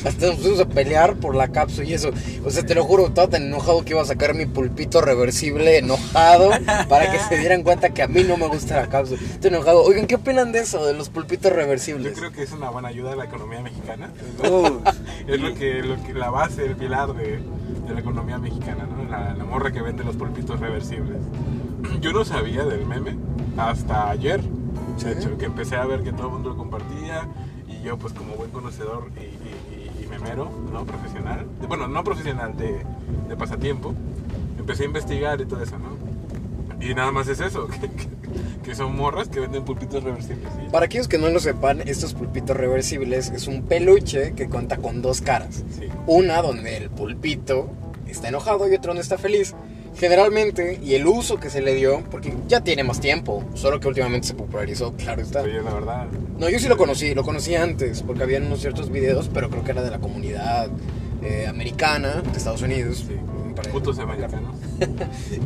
[SPEAKER 1] Hasta nos pusimos a pelear por la cápsula y eso. O sea, te lo juro, estaba tan enojado que iba a sacar mi pulpito reversible enojado para que se dieran cuenta que a mí no me gusta la cápsula. Estoy enojado. Oigan, ¿qué opinan de eso, de los pulpitos
[SPEAKER 2] Yo
[SPEAKER 1] reversibles?
[SPEAKER 2] creo que es una buena ayuda a la economía mexicana.
[SPEAKER 3] Uh,
[SPEAKER 2] [laughs] Es lo que, lo que la base, el pilar de, de la economía mexicana, ¿no? La, la morra que vende los pulpitos reversibles. [clears throat] Yo no sabía del meme hasta ayer, de hecho, que empecé a ver que todo el mundo lo compartía y yo, pues, como buen conocedor y, y- y- y memero, ¿no? Profesional, de- bueno, no profesional, de, de pasatiempo, empecé a investigar y todo eso, ¿no? Y nada más es eso, [laughs] que, que- que son morras que venden pulpitos reversibles. y-
[SPEAKER 1] Para aquellos que no lo sepan, estos pulpitos reversibles es un peluche que cuenta con dos caras.
[SPEAKER 2] sí.
[SPEAKER 1] Una donde el pulpito está enojado y otra donde está feliz. Generalmente, y el uso que se le dio, porque ya tiene más tiempo, solo que últimamente se popularizó, claro está.
[SPEAKER 2] Oye, la verdad.
[SPEAKER 1] No, yo sí lo conocí, lo conocí antes, porque había unos ciertos videos, pero creo que era de la comunidad eh, americana de Estados Unidos.
[SPEAKER 2] Sí.
[SPEAKER 1] me parece.
[SPEAKER 2] Putos americanos.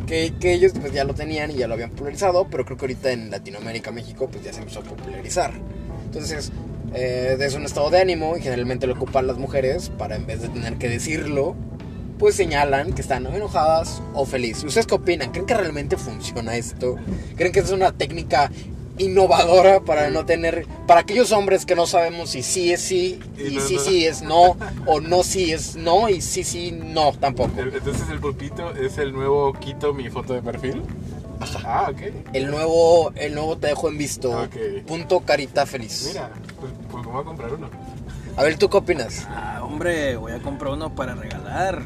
[SPEAKER 1] Que, que ellos pues ya lo tenían y ya lo habían popularizado, pero creo que ahorita en Latinoamérica, México, pues ya se empezó a popularizar. Entonces, eh, es un estado de ánimo y generalmente lo ocupan las mujeres para en vez de tener que decirlo, pues señalan que están enojadas o felices. ¿Ustedes qué opinan? ¿Creen que realmente funciona esto? ¿Creen que es una técnica innovadora para no tener, para aquellos hombres que no sabemos si sí es sí
[SPEAKER 2] Y
[SPEAKER 1] y
[SPEAKER 2] no,
[SPEAKER 1] sí
[SPEAKER 2] no.
[SPEAKER 1] sí es no, o no sí es no y sí sí no tampoco?
[SPEAKER 2] El- Entonces el pulpito es el nuevo quito mi foto de perfil. Ah, ok.
[SPEAKER 1] El nuevo, el nuevo te dejo en visto.
[SPEAKER 2] Ok.
[SPEAKER 1] Punto carita feliz.
[SPEAKER 2] Mira, pues, pues me voy a comprar uno.
[SPEAKER 1] A ver, ¿tú qué opinas?
[SPEAKER 3] ah, hombre, voy a comprar uno para regalar.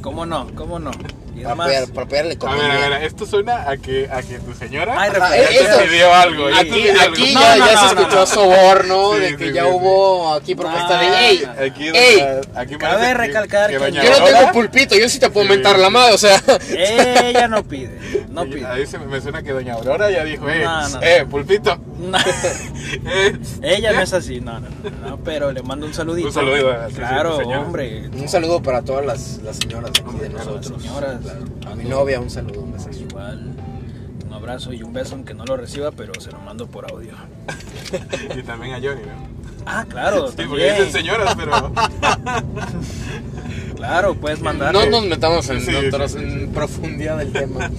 [SPEAKER 3] ¿Cómo no? ¿Cómo no? Y
[SPEAKER 1] Para
[SPEAKER 3] además,
[SPEAKER 1] apoyar, para apoyar la
[SPEAKER 2] A
[SPEAKER 1] economía.
[SPEAKER 2] ver, a ver, esto suena a que, a que tu señora
[SPEAKER 3] Ay,
[SPEAKER 1] Ajá,
[SPEAKER 3] referencia.
[SPEAKER 1] eso.
[SPEAKER 2] te pidió algo. ya
[SPEAKER 1] Aquí,
[SPEAKER 2] te pidió
[SPEAKER 1] aquí ya,
[SPEAKER 2] algo.
[SPEAKER 3] No, no,
[SPEAKER 1] ya
[SPEAKER 3] no,
[SPEAKER 1] se
[SPEAKER 3] no,
[SPEAKER 1] escuchó
[SPEAKER 3] no.
[SPEAKER 1] soborno
[SPEAKER 2] Sí,
[SPEAKER 1] de que
[SPEAKER 2] sí,
[SPEAKER 1] ya
[SPEAKER 2] sí,
[SPEAKER 1] hubo aquí propuesta
[SPEAKER 3] No,
[SPEAKER 1] de ¡Ey!
[SPEAKER 3] no,
[SPEAKER 2] Aquí,
[SPEAKER 1] Ah. ¡Ey!
[SPEAKER 2] aquí
[SPEAKER 3] Cabe
[SPEAKER 2] parece
[SPEAKER 3] recalcar que
[SPEAKER 2] doña
[SPEAKER 1] Yo no
[SPEAKER 2] Aurora-
[SPEAKER 1] tengo pulpito, yo sí te puedo
[SPEAKER 2] Sí.
[SPEAKER 1] mentar la madre, o [laughs] sea.
[SPEAKER 3] Ella no pide, no
[SPEAKER 2] Y-
[SPEAKER 3] pide. [laughs]
[SPEAKER 2] Ahí se me, me suena que doña Aurora ya dijo, eh,
[SPEAKER 3] No, no.
[SPEAKER 2] eh, pulpito. [laughs]
[SPEAKER 3] No,
[SPEAKER 2] eh.
[SPEAKER 3] ella no es así, no, no, no, no, pero le mando un saludito.
[SPEAKER 2] Un saludo a- sí, pues,
[SPEAKER 3] Claro,
[SPEAKER 2] sí, señora.
[SPEAKER 3] hombre.
[SPEAKER 1] Un saludo para todas las, las señoras de aquí de
[SPEAKER 2] Claro,
[SPEAKER 1] nosotros.
[SPEAKER 3] señoras.
[SPEAKER 1] A mi novia, un saludo, un beso.
[SPEAKER 3] Igual, un abrazo y un beso, aunque no lo reciba, pero se lo mando por audio.
[SPEAKER 2] Y también a Johnny, ¿no?
[SPEAKER 3] Ah, claro.
[SPEAKER 2] Sí, porque dicen
[SPEAKER 3] también.
[SPEAKER 2] señoras,
[SPEAKER 3] [laughs]
[SPEAKER 2] pero.
[SPEAKER 3] Claro, puedes mandar.
[SPEAKER 1] No nos metamos en,
[SPEAKER 2] Sí, sí,
[SPEAKER 1] otras-
[SPEAKER 2] sí,
[SPEAKER 1] en profundidad del tema.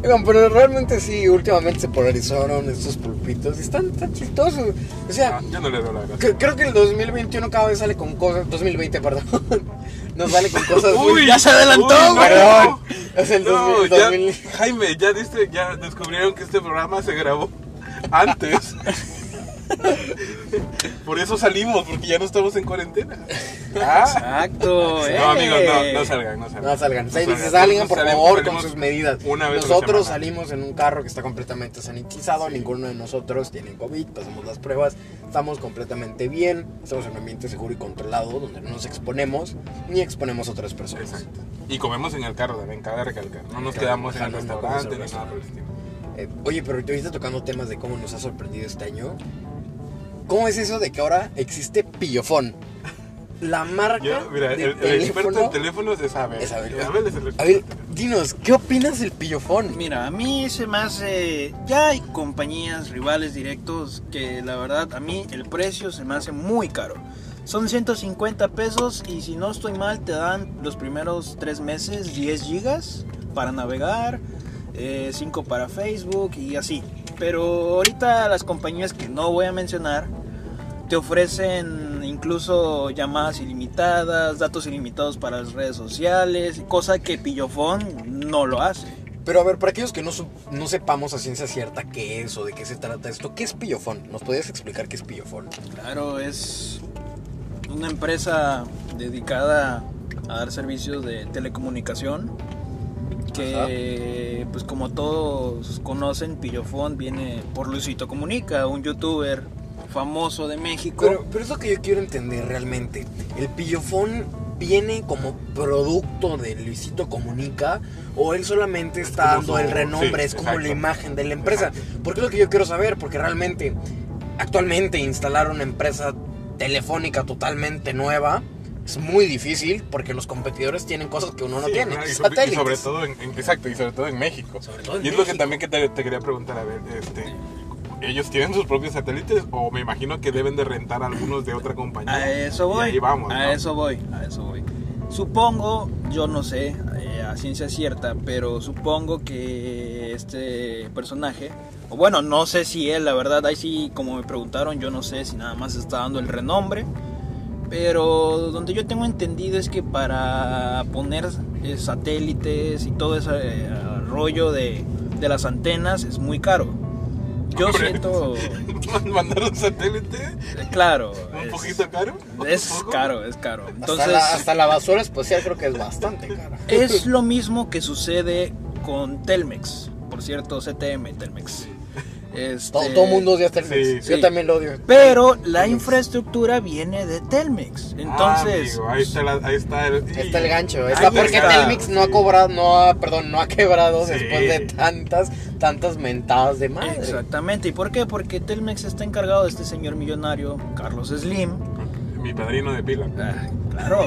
[SPEAKER 1] Oigan, pero realmente sí, últimamente se polarizaron estos pulpitos. y Están tan chistosos. O sea,
[SPEAKER 2] Ah, yo no le doy la gracia.
[SPEAKER 1] cre- creo que el 2021 cada vez sale con cosas. 2020, perdón. [laughs] Nos sale con cosas. muy-
[SPEAKER 3] ya se adelantó,
[SPEAKER 2] uy, no.
[SPEAKER 1] Perdón. Es el
[SPEAKER 2] No,
[SPEAKER 1] 2000,
[SPEAKER 2] ya,
[SPEAKER 1] 2000.
[SPEAKER 2] Jaime, ya diste, ya descubrieron que este programa se grabó antes. Por eso salimos, porque ya no estamos en cuarentena. Ah.
[SPEAKER 3] Exacto, eh.
[SPEAKER 2] No, amigos, no, no salgan, no salgan.
[SPEAKER 1] No salgan, sal-
[SPEAKER 2] salgan.
[SPEAKER 1] si salgan por
[SPEAKER 2] Salimos-
[SPEAKER 1] favor con
[SPEAKER 2] salimos
[SPEAKER 1] sus medidas.
[SPEAKER 2] Una vez a la
[SPEAKER 1] nosotros
[SPEAKER 2] semana.
[SPEAKER 1] salimos en un carro que está completamente sanitizado, ninguno de nosotros tiene COVID, pasamos las pruebas, estamos completamente bien, estamos en un ambiente seguro y controlado donde no nos exponemos ni exponemos a otras personas.
[SPEAKER 2] Exacto. Y comemos en el carro también, cabe recalcar. No nos
[SPEAKER 1] Claro,
[SPEAKER 2] quedamos en el
[SPEAKER 1] ajá, no, no
[SPEAKER 2] restaurante
[SPEAKER 1] comemos
[SPEAKER 2] ni
[SPEAKER 1] en
[SPEAKER 2] nada por el estilo.
[SPEAKER 1] Eh, oye, pero ahorita tocando temas de cómo nos ha sorprendido este año, ¿cómo es eso de que ahora existe Pillofón? La marca
[SPEAKER 2] Yo, mira, el,
[SPEAKER 1] de
[SPEAKER 2] el experto en teléfonos es Abel.
[SPEAKER 1] es Abel.
[SPEAKER 2] Abel es el experto.
[SPEAKER 1] A ver, dinos, ¿qué opinas del Pillofón?
[SPEAKER 3] Pues Mira, a mí se me hace. Ya hay compañías rivales directos que la verdad a mí el precio se me hace muy caro. Son 150 pesos y si no estoy mal te dan los primeros tres meses 10 gigas para navegar, 5 para Facebook y así. Pero ahorita las compañías que no voy a mencionar te ofrecen incluso llamadas ilimitadas, datos ilimitados para las redes sociales, cosa que Pillofón no lo hace.
[SPEAKER 1] Pero a ver, para aquellos que no, su- no sepamos a ciencia cierta qué es o de qué se trata esto, ¿qué es Pillofón? ¿Nos podrías explicar qué es Pillofón?
[SPEAKER 3] Claro, es una empresa dedicada a dar servicios de telecomunicación que pues como todos conocen, Pillofón viene por Luisito Comunica, un youtuber famoso de México.
[SPEAKER 1] Pero, pero es lo que yo quiero entender realmente. ¿El Pillofón viene como producto de Luisito Comunica o él solamente está
[SPEAKER 2] como
[SPEAKER 1] dando
[SPEAKER 2] su-
[SPEAKER 1] el renombre,
[SPEAKER 2] sí,
[SPEAKER 1] es como
[SPEAKER 2] exacto.
[SPEAKER 1] la imagen de la empresa? Porque es lo que yo quiero saber, porque realmente actualmente instalar una empresa telefónica totalmente nueva es muy difícil porque los competidores tienen cosas que uno no
[SPEAKER 2] Sí,
[SPEAKER 1] tiene.
[SPEAKER 2] ajá, y sobre- y
[SPEAKER 1] satélites.
[SPEAKER 2] sobre todo en, en- exacto, y sobre todo en México.
[SPEAKER 1] Sobre todo en
[SPEAKER 2] y es lo que
[SPEAKER 1] México.
[SPEAKER 2] también que te, te quería preguntar, a ver, este, ¿ellos tienen sus propios satélites o me imagino que deben de rentar algunos de otra compañía?
[SPEAKER 3] A eso voy.
[SPEAKER 2] Y ahí vamos,
[SPEAKER 3] a
[SPEAKER 2] ¿no?
[SPEAKER 3] eso voy, a eso voy. Supongo, yo no sé, eh, a ciencia cierta, pero supongo que este personaje, o bueno, no sé si él, la verdad, ahí sí, como me preguntaron, yo no sé si nada más está dando el renombre, pero donde yo tengo entendido es que para poner eh, satélites y todo ese eh, rollo de, de las antenas es muy caro. Yo
[SPEAKER 2] Hombre. [laughs]
[SPEAKER 3] siento,
[SPEAKER 2] [laughs] ¿Mandar un satélite?
[SPEAKER 3] claro,
[SPEAKER 2] ¿Un
[SPEAKER 3] es-
[SPEAKER 2] poquito caro? ¿Un
[SPEAKER 3] es
[SPEAKER 2] poco?
[SPEAKER 3] caro, es caro.
[SPEAKER 1] Entonces,
[SPEAKER 3] Entonces,
[SPEAKER 1] hasta, la, hasta la basura espacial creo que es bastante cara.
[SPEAKER 3] es lo mismo que sucede con Telmex. Por cierto, CTM, Telmex. Este,
[SPEAKER 1] Todo, todo mundo odia Telmex.
[SPEAKER 2] Sí.
[SPEAKER 1] Yo
[SPEAKER 3] Sí.
[SPEAKER 1] también lo odio.
[SPEAKER 3] Pero la infraestructura viene de Telmex. Entonces,
[SPEAKER 2] Ah, amigo, ahí está, la- ahí está el...
[SPEAKER 1] Ahí Está el gancho. ahí
[SPEAKER 2] Ahí
[SPEAKER 1] Está porque
[SPEAKER 3] está.
[SPEAKER 1] Telmex no ha
[SPEAKER 2] Sí.
[SPEAKER 1] cobrado, no ha, perdón, no ha quebrado
[SPEAKER 2] Sí.
[SPEAKER 1] después de tantas, tantas mentadas de madre.
[SPEAKER 3] exactamente. ¿Y por qué? Porque Telmex está encargado de este señor millonario, Carlos Slim.
[SPEAKER 2] Mi padrino de pila.
[SPEAKER 3] Ah,
[SPEAKER 1] [laughs]
[SPEAKER 3] claro.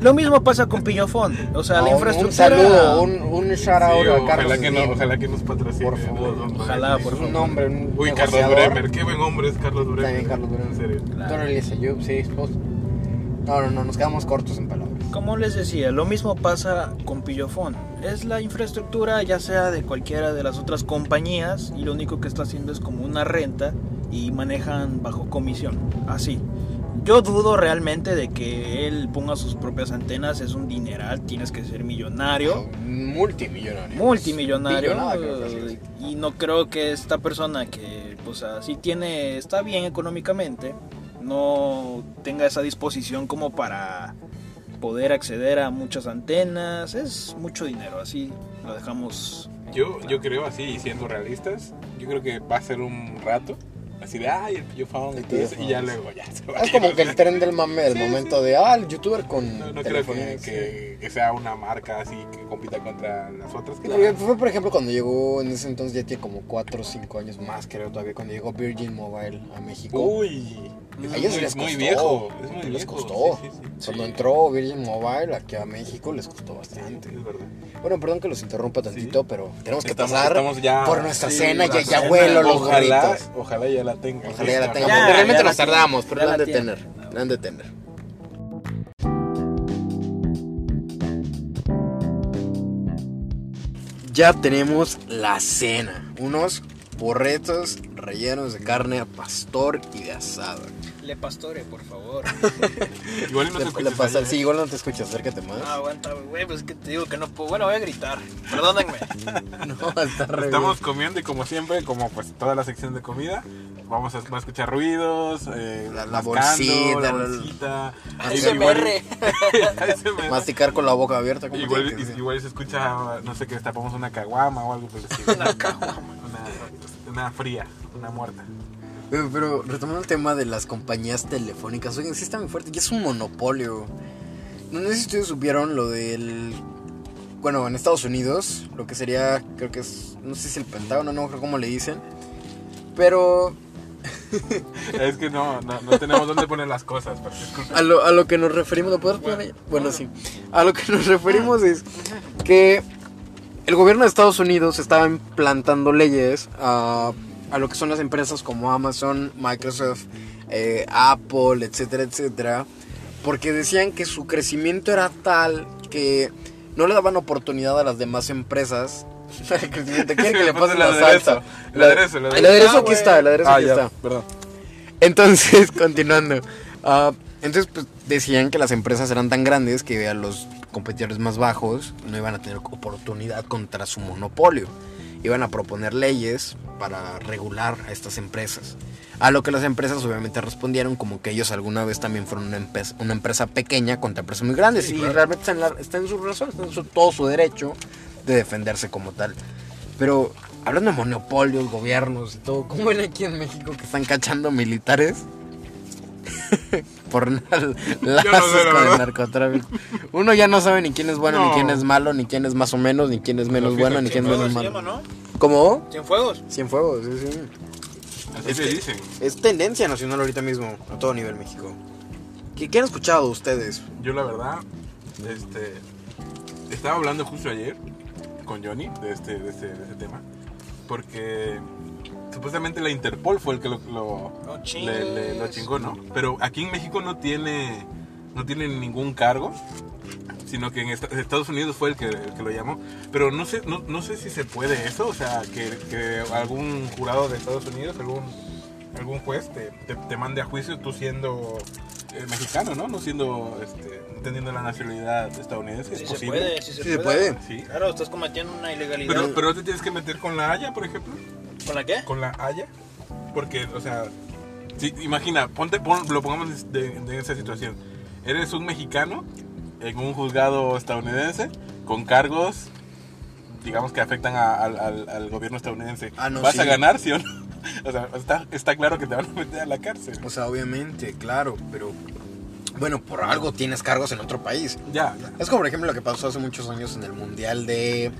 [SPEAKER 3] Lo mismo pasa con Pillofón. O sea,
[SPEAKER 1] Ah,
[SPEAKER 3] la
[SPEAKER 1] un-
[SPEAKER 3] infraestructura.
[SPEAKER 1] Un saludo, un, un shout out
[SPEAKER 2] Sí,
[SPEAKER 1] a Carlos.
[SPEAKER 2] ojalá, que no,
[SPEAKER 1] Slim.
[SPEAKER 2] ojalá que nos patrocine.
[SPEAKER 1] Por favor.
[SPEAKER 2] Don- don-
[SPEAKER 3] Ojalá, Ah, por
[SPEAKER 1] Es
[SPEAKER 3] favor.
[SPEAKER 1] un hombre, un
[SPEAKER 2] Uy, Carlos
[SPEAKER 1] negociador.
[SPEAKER 2] Bremer, qué buen hombre es Carlos Bremer.
[SPEAKER 1] También Carlos Bremer.
[SPEAKER 2] En serio.
[SPEAKER 3] Claro.
[SPEAKER 1] Dora Elisa Yub, sí, esposo. No, no, no, nos quedamos cortos en palabras.
[SPEAKER 3] Como les decía, lo mismo pasa con Pillofón. Es la infraestructura ya sea de cualquiera de las otras compañías y lo único que está haciendo es como una renta y manejan bajo comisión. Así. Yo dudo realmente de que él ponga sus propias antenas, es un dineral, tienes que ser millonario,
[SPEAKER 1] Multimillonario.
[SPEAKER 3] multimillonario.
[SPEAKER 1] Billonada, creo que así es.
[SPEAKER 3] Y no creo que esta persona que, pues así tiene, está bien económicamente, no tenga esa disposición como para poder acceder a muchas antenas. Es mucho dinero, así lo dejamos.
[SPEAKER 2] Yo, yo creo así, y siendo realistas, yo creo que va a ser un rato. Así de, ay, el pillofón y todo eso, y ya luego ya se va. a
[SPEAKER 1] Es
[SPEAKER 2] ir,
[SPEAKER 1] como
[SPEAKER 2] o
[SPEAKER 1] que
[SPEAKER 2] [laughs] sea,
[SPEAKER 1] el tren del mame, el
[SPEAKER 2] Sí,
[SPEAKER 1] momento de, ah, el youtuber con
[SPEAKER 2] No, no creo
[SPEAKER 1] teléfono,
[SPEAKER 2] que,
[SPEAKER 1] sí.
[SPEAKER 2] que- que sea una marca así que compita contra las otras.
[SPEAKER 1] Sí,
[SPEAKER 2] que
[SPEAKER 1] porque Fue, por ejemplo, cuando llegó, en ese entonces ya tiene como 4 o 5 años más, creo todavía, cuando llegó Virgin Mobile a México.
[SPEAKER 2] Uy,
[SPEAKER 1] a
[SPEAKER 2] eso
[SPEAKER 1] ellos
[SPEAKER 2] es muy,
[SPEAKER 1] les costó.
[SPEAKER 2] muy viejo. Es muy
[SPEAKER 1] les
[SPEAKER 2] viejo,
[SPEAKER 1] costó.
[SPEAKER 2] sí, sí, sí.
[SPEAKER 1] Cuando
[SPEAKER 2] Sí,
[SPEAKER 1] entró Virgin Mobile aquí a México les costó bastante.
[SPEAKER 2] es verdad.
[SPEAKER 1] Bueno, perdón que los interrumpa tantito, pero tenemos que
[SPEAKER 2] Estamos-
[SPEAKER 1] pasar
[SPEAKER 2] estamos ya-
[SPEAKER 1] por nuestra
[SPEAKER 2] sí,
[SPEAKER 1] cena, ya,
[SPEAKER 2] la
[SPEAKER 1] ya
[SPEAKER 2] cena.
[SPEAKER 1] huelo los
[SPEAKER 2] ojalá,
[SPEAKER 1] gorritos.
[SPEAKER 2] ojalá ya la la tenga.
[SPEAKER 1] Ojalá ya la
[SPEAKER 2] Lista,
[SPEAKER 1] tenga.
[SPEAKER 3] Ya,
[SPEAKER 1] porque
[SPEAKER 3] ya
[SPEAKER 1] realmente
[SPEAKER 3] la
[SPEAKER 1] nos
[SPEAKER 3] tiene,
[SPEAKER 1] tardamos, pero
[SPEAKER 3] ya
[SPEAKER 1] la han
[SPEAKER 3] la
[SPEAKER 1] de
[SPEAKER 3] tiene.
[SPEAKER 1] tener. La han de tener. Ya tenemos la cena. Unos burritos rellenos de carne a pastor y de asada.
[SPEAKER 3] Le pastore, por [laughs] favor.
[SPEAKER 2] Igual y no
[SPEAKER 1] Le-
[SPEAKER 2] te
[SPEAKER 1] le
[SPEAKER 2] escuchas
[SPEAKER 1] pasa-
[SPEAKER 2] ayer.
[SPEAKER 1] sí, igual no te escuchas, acércate más.
[SPEAKER 2] [laughs]
[SPEAKER 3] No, aguanta, güey, pues que te digo que no puedo. Bueno, voy a gritar.
[SPEAKER 1] [laughs]
[SPEAKER 3] Perdónenme.
[SPEAKER 1] No, está re
[SPEAKER 2] Estamos comiendo y como siempre, como pues toda la sección de comida, vamos a, va a escuchar ruidos, eh,
[SPEAKER 1] La- la
[SPEAKER 2] mascando,
[SPEAKER 1] bolsita,
[SPEAKER 2] la
[SPEAKER 1] la-
[SPEAKER 2] bolsita.
[SPEAKER 1] Ah,
[SPEAKER 2] Igual-
[SPEAKER 3] ASMR.
[SPEAKER 2] ASMR. [laughs]
[SPEAKER 1] bien. Masticar con la boca abierta. como
[SPEAKER 2] Igual,
[SPEAKER 1] tiene que ser.
[SPEAKER 2] igual se escucha, no sé, que destapamos una caguama o algo por el estilo. Una caguama. Una fría, una muerta.
[SPEAKER 1] Pero, pero retomando el tema de las compañías telefónicas, oigan, sí está muy fuerte, ya es un monopolio. No sé si ustedes supieron lo del. Bueno, en Estados Unidos, lo que sería, creo que es. No sé si el Pentágono, no creo cómo le dicen. Pero
[SPEAKER 2] Es que no, no, no tenemos dónde poner las cosas, pero disculpen.
[SPEAKER 1] a lo, a lo que nos referimos, ¿lo puedo poner ahí? Bueno, sí. A lo que nos referimos es que el gobierno de Estados Unidos estaba implantando leyes a, a lo que son las empresas como Amazon, Microsoft, eh, Apple, etcétera, etcétera, porque decían que su crecimiento era tal que no le daban oportunidad a las demás empresas. [laughs] El crecimiento, quieren
[SPEAKER 2] [laughs]
[SPEAKER 1] que le pasen la
[SPEAKER 2] El aderezo,
[SPEAKER 1] salsa.
[SPEAKER 2] el
[SPEAKER 1] La-
[SPEAKER 2] aderezo, el
[SPEAKER 1] El
[SPEAKER 2] aderezo.
[SPEAKER 1] aderezo
[SPEAKER 3] Ah,
[SPEAKER 1] aquí
[SPEAKER 3] güey.
[SPEAKER 1] está, el aderezo aquí está.
[SPEAKER 2] perdón.
[SPEAKER 1] Entonces, [laughs] continuando. ah, entonces, pues, decían que las empresas eran tan grandes que a los competidores más bajos no iban a tener oportunidad contra su monopolio. Iban a proponer leyes para regular a estas empresas. A lo que las empresas obviamente respondieron como que ellos alguna vez también fueron una, empe- una empresa pequeña contra empresas muy grandes. y realmente está en, la- está en su razón, está en su- todo su derecho de defenderse como tal. Pero hablando de monopolios, gobiernos y todo, ¿cómo ven aquí en México que están cachando militares? [laughs] Por [laughs] na-
[SPEAKER 2] la
[SPEAKER 1] lazos con el
[SPEAKER 2] verdad.
[SPEAKER 1] narcotráfico. Uno ya no sabe ni quién es bueno, ni
[SPEAKER 2] No.
[SPEAKER 1] quién es malo, ni quién es más o menos, ni quién es menos
[SPEAKER 2] Los
[SPEAKER 1] bueno, ni quién es
[SPEAKER 3] Cienfuegos
[SPEAKER 1] menos
[SPEAKER 3] se llama,
[SPEAKER 1] malo.
[SPEAKER 3] ¿no?
[SPEAKER 1] ¿Cómo?
[SPEAKER 3] Cienfuegos.
[SPEAKER 1] Cienfuegos, sí, sí.
[SPEAKER 2] Así te dicen.
[SPEAKER 1] Es tendencia nacional ahorita mismo, a todo nivel México. ¿Qué, qué han escuchado ustedes?
[SPEAKER 2] Yo la verdad, este, estaba hablando justo ayer con Johnny de este, de este, de este tema, porque supuestamente la Interpol fue el que lo, lo,
[SPEAKER 3] No
[SPEAKER 2] le- le- lo
[SPEAKER 3] chingues.
[SPEAKER 2] chingó, ¿no? Pero aquí en México no tiene, no tiene ningún cargo, sino que en Est- Estados Unidos fue el que, el que lo llamó. Pero no sé, no, no sé si se puede eso, o sea, que, que algún jurado de Estados Unidos, algún, algún juez te, te- te mande a juicio tú siendo eh, mexicano, ¿no? No siendo, este, teniendo la nacionalidad estadounidense,
[SPEAKER 3] Si
[SPEAKER 2] es
[SPEAKER 3] se
[SPEAKER 2] posible.
[SPEAKER 3] puede, si se,
[SPEAKER 1] Sí se
[SPEAKER 3] puede.
[SPEAKER 1] puede.
[SPEAKER 2] Sí.
[SPEAKER 3] Claro, estás cometiendo una ilegalidad.
[SPEAKER 2] Pero, pero no te tienes que meter con la Haya, por ejemplo.
[SPEAKER 3] ¿Con la qué?
[SPEAKER 2] con la Haya. Porque, o sea, si- imagina, ponte, pon- lo pongamos de, de esa situación. Eres un mexicano en un juzgado estadounidense con cargos, digamos, que afectan a- al- al, al gobierno estadounidense.
[SPEAKER 1] Ah, no,
[SPEAKER 2] ¿Vas
[SPEAKER 1] sí.
[SPEAKER 2] a ganar, sí o no? [laughs] O sea, está, está claro que te van a meter a la cárcel.
[SPEAKER 1] O sea, obviamente, claro, pero bueno, por algo tienes cargos en otro país.
[SPEAKER 2] Ya, ya.
[SPEAKER 1] Es como por ejemplo lo que pasó hace muchos años en el Mundial de,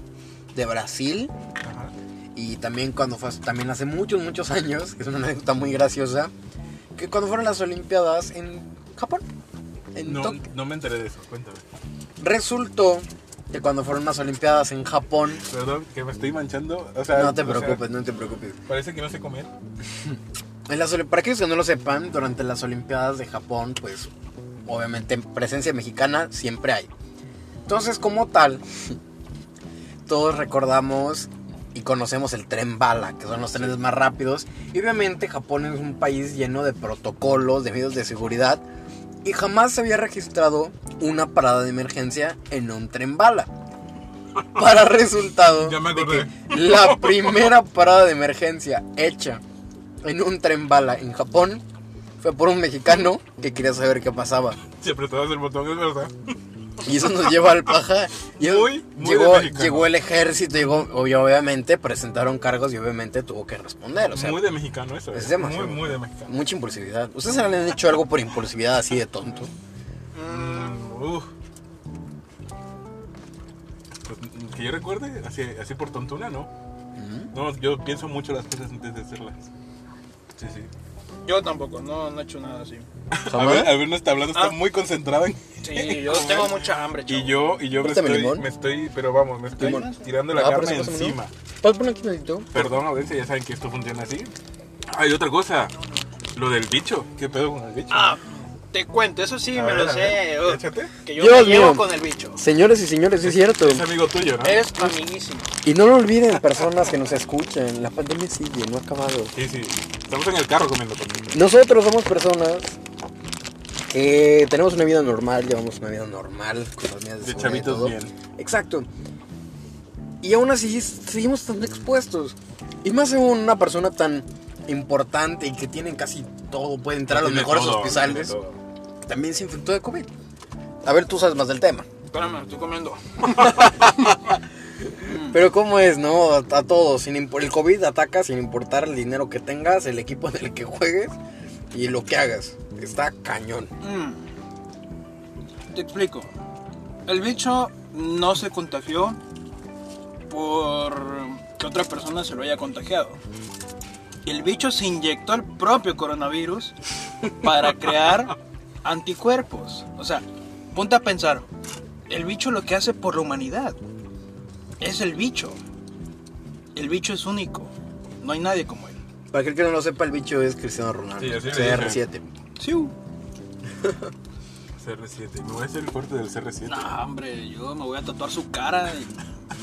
[SPEAKER 1] de Brasil
[SPEAKER 2] Ajá.
[SPEAKER 1] y también cuando fue, también hace muchos, muchos años, que es una anécdota muy graciosa, que cuando fueron las Olimpiadas en Japón, en
[SPEAKER 2] No,
[SPEAKER 1] Tok-
[SPEAKER 2] no me enteré de eso, cuéntame.
[SPEAKER 1] resultó que cuando fueron las Olimpiadas en Japón,
[SPEAKER 2] Perdón, que me estoy manchando. O sea,
[SPEAKER 1] no te
[SPEAKER 2] o sea,
[SPEAKER 1] preocupes, no te preocupes.
[SPEAKER 2] parece que no sé comer.
[SPEAKER 1] En las Olim- para aquellos que no lo sepan, durante las Olimpiadas de Japón, pues obviamente en presencia mexicana siempre hay. Entonces, como tal, todos recordamos y conocemos el tren bala, que son los trenes más rápidos. Y obviamente Japón es un país lleno de protocolos, de medios de seguridad, y jamás se había registrado una parada de emergencia en un tren bala.
[SPEAKER 2] [laughs]
[SPEAKER 1] Para resultado
[SPEAKER 2] Ya me
[SPEAKER 1] de
[SPEAKER 2] acordé.
[SPEAKER 1] que la primera parada de emergencia hecha en un tren bala en Japón fue por un mexicano que quería saber qué pasaba.
[SPEAKER 2] Si apretabas el botón, es verdad.
[SPEAKER 1] Y eso nos lleva al paja. Y
[SPEAKER 2] Muy, muy
[SPEAKER 1] llegó,
[SPEAKER 2] de mexicano.
[SPEAKER 1] llegó el ejército, llegó, y obviamente presentaron cargos y obviamente tuvo que responder. O sea,
[SPEAKER 2] muy de mexicano eso.
[SPEAKER 1] es
[SPEAKER 2] eh.
[SPEAKER 1] demasiado.
[SPEAKER 2] Muy, muy de mexicano.
[SPEAKER 1] mucha impulsividad. ¿Ustedes le han hecho algo por impulsividad así de tonto?
[SPEAKER 2] Mm, Uf. Pues, que yo recuerde, así, así por tontuna, ¿no? No, yo pienso mucho las cosas antes de hacerlas. Sí, sí.
[SPEAKER 3] Yo tampoco, no, no he hecho nada así.
[SPEAKER 2] A ver, a ver, no está hablando, está
[SPEAKER 3] Ah.
[SPEAKER 2] muy concentrado en...
[SPEAKER 3] Sí, yo tengo mucha hambre, chavo.
[SPEAKER 2] Y yo, y yo me
[SPEAKER 1] Préstame
[SPEAKER 2] estoy,
[SPEAKER 1] limón.
[SPEAKER 2] me estoy, pero vamos, me estoy
[SPEAKER 1] Limón.
[SPEAKER 2] tirando la
[SPEAKER 1] Ah,
[SPEAKER 2] carne
[SPEAKER 1] préstame, préstame,
[SPEAKER 2] encima.
[SPEAKER 1] ¿Puedes poner aquí tantito?
[SPEAKER 2] Perdón, audiencia, ya saben que esto funciona así. Hay otra cosa. Lo del bicho. ¿Qué pedo con el bicho?
[SPEAKER 3] Ah, te cuento, eso sí
[SPEAKER 2] A
[SPEAKER 3] me
[SPEAKER 2] ver,
[SPEAKER 3] lo
[SPEAKER 2] a
[SPEAKER 3] sé.
[SPEAKER 2] ver,
[SPEAKER 3] uh,
[SPEAKER 2] échate.
[SPEAKER 3] Que yo
[SPEAKER 1] Dios
[SPEAKER 3] me llevo
[SPEAKER 1] mío.
[SPEAKER 3] con el bicho.
[SPEAKER 1] Señores y señores, es cierto. Eh.
[SPEAKER 2] Es amigo tuyo, ¿no?
[SPEAKER 3] Eres amiguísimo.
[SPEAKER 1] Y no lo olviden, personas que nos escuchan. La pandemia sigue, no ha acabado.
[SPEAKER 2] Sí, sí. Estamos en el carro comiendo también.
[SPEAKER 1] Nosotros somos personas que tenemos una vida normal, llevamos una vida normal, con las medidas de,
[SPEAKER 2] De
[SPEAKER 1] seguridad y
[SPEAKER 2] chavitos
[SPEAKER 1] todo.
[SPEAKER 2] bien.
[SPEAKER 1] Exacto. Y aún así seguimos tan expuestos. Y más en una persona tan importante y que tienen casi todo, puede entrar a los
[SPEAKER 2] Tiene
[SPEAKER 1] mejores
[SPEAKER 2] todo,
[SPEAKER 1] hospitales,
[SPEAKER 2] tiene todo.
[SPEAKER 1] también se infectó de COVID. A ver, tú sabes más del tema.
[SPEAKER 3] Espérame, estoy comiendo.
[SPEAKER 2] Mm.
[SPEAKER 1] Pero cómo es, ¿no? A, a todos, sin impo- el COVID ataca sin importar el dinero que tengas, el equipo en el que juegues y lo que hagas. Está cañón.
[SPEAKER 3] Mm. Te explico. El bicho no se contagió por que otra persona se lo haya contagiado. El bicho se inyectó el propio coronavirus para crear anticuerpos. O sea, ponte a pensar. El bicho lo que hace por la humanidad es el bicho. El bicho es único. No hay nadie como él.
[SPEAKER 1] Para aquel que no lo sepa, el bicho es Cristiano Ronaldo.
[SPEAKER 2] Sí, así le
[SPEAKER 1] CR7.
[SPEAKER 3] Siu.
[SPEAKER 2] CR7. No es el corte del CR7.
[SPEAKER 3] No, hombre, yo me voy a tatuar su cara en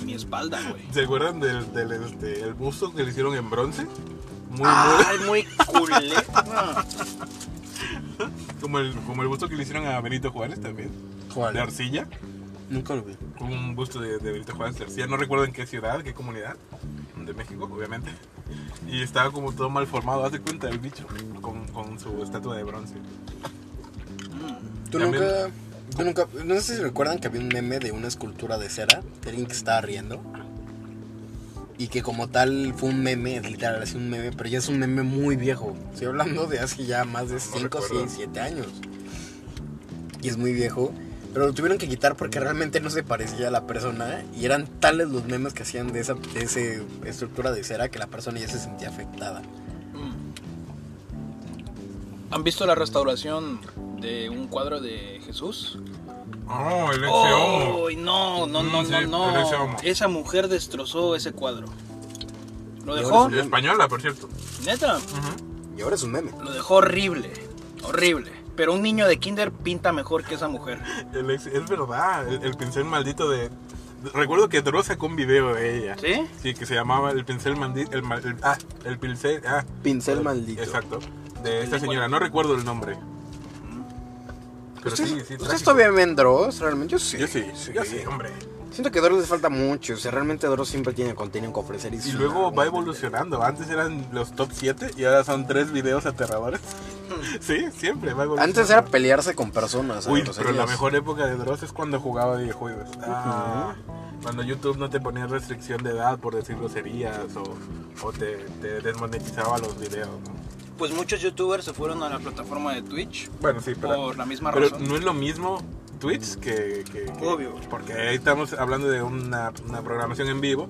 [SPEAKER 3] mi espalda, güey.
[SPEAKER 2] ¿Se acuerdan del, del, este, el busto que le hicieron en bronce? Muy,
[SPEAKER 1] Ah.
[SPEAKER 3] Ay, muy culé.
[SPEAKER 2] muy- como, el, como el busto que le hicieron a Benito Juárez también. De arcilla.
[SPEAKER 1] Nunca lo vi.
[SPEAKER 2] Un busto de, de Benito Juárez de arcilla. No recuerdo en qué ciudad, qué comunidad. De México, obviamente. Y estaba como todo mal formado. Hazte cuenta el bicho. Con, con su estatua de bronce.
[SPEAKER 1] ¿Tú
[SPEAKER 2] También-
[SPEAKER 1] nunca, tú nunca. No sé si recuerdan que había un meme de una escultura de cera de alguien que estaba riendo. Y que como tal fue un meme, es literal, es un meme, pero ya es un meme muy viejo. Estoy hablando de hace ya más de 5,
[SPEAKER 2] recuerdo.
[SPEAKER 1] 6, 7 años. Y es muy viejo. Pero lo tuvieron que quitar porque realmente no se parecía a la persona. Y eran tales los memes que hacían de esa de ese estructura de cera que la persona ya se sentía afectada.
[SPEAKER 3] Mm. ¿Han visto la restauración de un cuadro de Jesús?
[SPEAKER 2] Oh, el homo.
[SPEAKER 3] ¡Ay, no, no, no,
[SPEAKER 2] Sí,
[SPEAKER 3] no,
[SPEAKER 2] pero ese homo.
[SPEAKER 3] no! Esa mujer destrozó ese cuadro. Lo
[SPEAKER 1] Y
[SPEAKER 3] dejó,
[SPEAKER 1] ahora es
[SPEAKER 2] Española, por cierto.
[SPEAKER 3] neta,
[SPEAKER 1] Y ahora es un meme.
[SPEAKER 3] lo dejó horrible, horrible. Pero un niño de kinder pinta mejor que esa mujer.
[SPEAKER 2] El ex- es verdad, el, el pincel maldito de... Recuerdo que Dross sacó un video de ella.
[SPEAKER 3] ¿Sí?
[SPEAKER 2] Sí, que se llamaba el pincel maldito... El, mal- el- ah, el pincel... Ah,
[SPEAKER 1] Pincel
[SPEAKER 2] el-
[SPEAKER 1] maldito.
[SPEAKER 2] Exacto. De esta señora, no recuerdo el nombre. Pero sí, sí,
[SPEAKER 1] ¿Ustedes, ¿ustedes
[SPEAKER 2] trágico.
[SPEAKER 1] todavía ven Dross? Realmente yo sí.
[SPEAKER 2] Yo sí, yo sí, hombre.
[SPEAKER 1] Siento que a Dross les falta mucho. O sea, realmente Dross siempre tiene contenido que ofrecer.
[SPEAKER 2] Y
[SPEAKER 1] es
[SPEAKER 2] luego
[SPEAKER 1] una-
[SPEAKER 2] va evolucionando. Antes eran los top 7 y ahora son tres videos aterradores. Sí, siempre va evolucionando.
[SPEAKER 1] Antes era pues, pelearse con personas.
[SPEAKER 2] Uy,
[SPEAKER 1] a groserías.
[SPEAKER 2] pero la mejor época de Dross es cuando jugaba videojuegos. Ah, Cuando YouTube no te ponía restricción de edad por decir groserías o, o te, te desmonetizaba los videos. ¿no?
[SPEAKER 3] Pues muchos youtubers se fueron a la plataforma de Twitch
[SPEAKER 2] Bueno, sí, pero,
[SPEAKER 3] por la misma
[SPEAKER 2] pero
[SPEAKER 3] razón.
[SPEAKER 2] no es lo mismo Twitch que, que- que-
[SPEAKER 3] Obvio.
[SPEAKER 2] Porque ahí estamos hablando de una, una programación en vivo.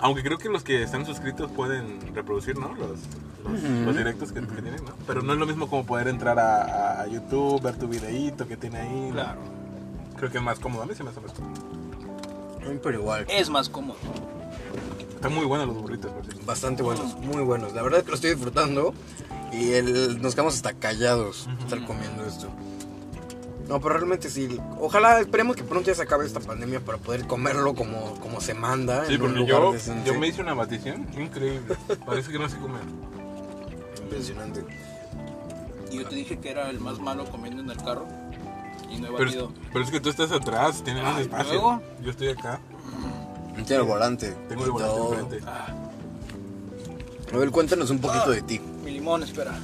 [SPEAKER 2] Aunque creo que los que están suscritos pueden reproducir, ¿no? Los, los- los directos que, que tienen, ¿no? Pero no es lo mismo como poder entrar a, a YouTube, ver tu videíto que tiene ahí. ¿no?
[SPEAKER 3] Claro.
[SPEAKER 2] Creo que es más cómodo. A mí se me hace más cómodo.
[SPEAKER 1] Ay, Pero igual.
[SPEAKER 3] Es más cómodo.
[SPEAKER 2] Están muy buenos los burritos, por cierto.
[SPEAKER 1] Bastante buenos, muy buenos. La verdad es que lo estoy disfrutando. Y el- nos quedamos hasta callados de estar comiendo esto. No, pero realmente sí. Ojalá esperemos que pronto ya se acabe esta pandemia para poder comerlo como, como se manda.
[SPEAKER 2] Sí,
[SPEAKER 1] en un
[SPEAKER 2] porque
[SPEAKER 1] lugar
[SPEAKER 2] yo,
[SPEAKER 1] decente.
[SPEAKER 2] yo me hice una batición increíble. Parece que no sé comer.
[SPEAKER 1] Impresionante.
[SPEAKER 3] Y yo te dije que era el más malo comiendo en el carro. Y no he
[SPEAKER 2] Pero,
[SPEAKER 3] batido.
[SPEAKER 2] pero es que tú estás atrás, tienes más
[SPEAKER 3] Ay,
[SPEAKER 2] espacio.
[SPEAKER 3] luego.
[SPEAKER 2] Yo estoy acá,
[SPEAKER 1] Tiene el volante.
[SPEAKER 2] tengo el
[SPEAKER 1] y
[SPEAKER 2] volante
[SPEAKER 1] todo.
[SPEAKER 2] enfrente.
[SPEAKER 1] A ver, cuéntanos un poquito de ti.
[SPEAKER 3] Mi limón, espera. [laughs]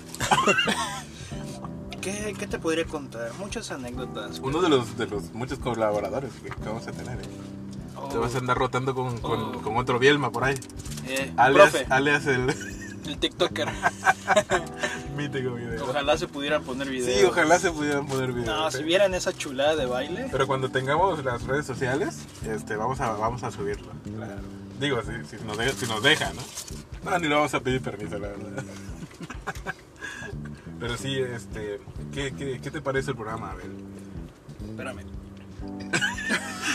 [SPEAKER 3] ¿Qué, qué te podría contar? Muchas anécdotas.
[SPEAKER 2] Uno de los, de los muchos colaboradores que que vamos a tener. ¿eh?
[SPEAKER 3] Oh,
[SPEAKER 2] Te vas a andar rotando con, con,
[SPEAKER 3] Oh.
[SPEAKER 2] con otro Bielma por ahí.
[SPEAKER 3] eh,
[SPEAKER 2] Alias,
[SPEAKER 3] profe,
[SPEAKER 2] alias el [laughs]
[SPEAKER 3] el TikToker. [laughs]
[SPEAKER 2] mítico video.
[SPEAKER 3] Ojalá se pudieran poner videos.
[SPEAKER 2] Sí, ojalá se pudieran poner videos.
[SPEAKER 3] No,
[SPEAKER 2] ¿eh?
[SPEAKER 3] si vieran esa chulada de baile.
[SPEAKER 2] Pero cuando tengamos las redes sociales, este, vamos a, vamos a subirlo. Digo, si, si nos deja, si nos deja, ¿no? No, ni lo vamos a pedir permiso, la verdad. [laughs] Pero sí, este, ¿qué, qué, qué te parece el programa, Abel?
[SPEAKER 3] Espérame.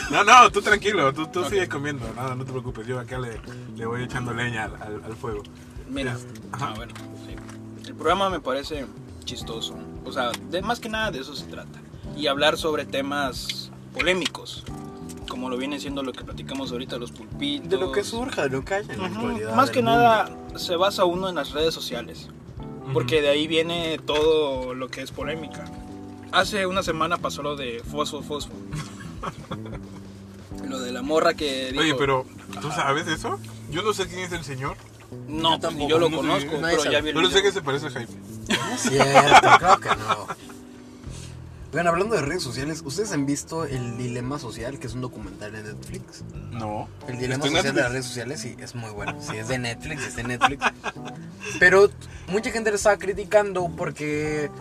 [SPEAKER 2] No, no, tú tranquilo, tú, tú
[SPEAKER 3] Ok.
[SPEAKER 2] sigue comiendo, no, no te preocupes, yo acá le, le voy echando leña al, al- al fuego.
[SPEAKER 3] Mira, ah, bueno, sí. El programa me parece chistoso. O sea, de, más que nada de eso se trata. Y hablar sobre temas polémicos, como lo viene siendo lo que platicamos ahorita, los pulpitos.
[SPEAKER 1] De lo que surja, de lo que haya en la
[SPEAKER 3] Ujú.
[SPEAKER 1] actualidad.
[SPEAKER 3] Más que
[SPEAKER 1] del mundo.
[SPEAKER 3] nada se basa uno en las redes sociales, porque de ahí viene todo lo que es polémica. Hace una semana pasó lo de Fosfo Fosfo. lo de la morra que dijo,
[SPEAKER 2] Oye, pero ¿tú sabes eso? Yo no sé quién es el señor,
[SPEAKER 3] no, pues, ni yo lo conozco,
[SPEAKER 6] nadie
[SPEAKER 3] pero
[SPEAKER 6] sabe.
[SPEAKER 3] ya vi el
[SPEAKER 2] pero sé
[SPEAKER 3] video.
[SPEAKER 2] que se parece a Jaime.
[SPEAKER 1] No es cierto, claro que no. Oigan, hablando de redes sociales, ¿ustedes han visto El Dilema Social, que es un documental de Netflix?
[SPEAKER 2] No.
[SPEAKER 1] El dilema
[SPEAKER 2] Estoy
[SPEAKER 1] social de
[SPEAKER 2] en
[SPEAKER 1] las
[SPEAKER 2] Netflix.
[SPEAKER 1] redes sociales sí es muy bueno. Sí, es de Netflix, es de Netflix. Pero mucha gente le estaba criticando porque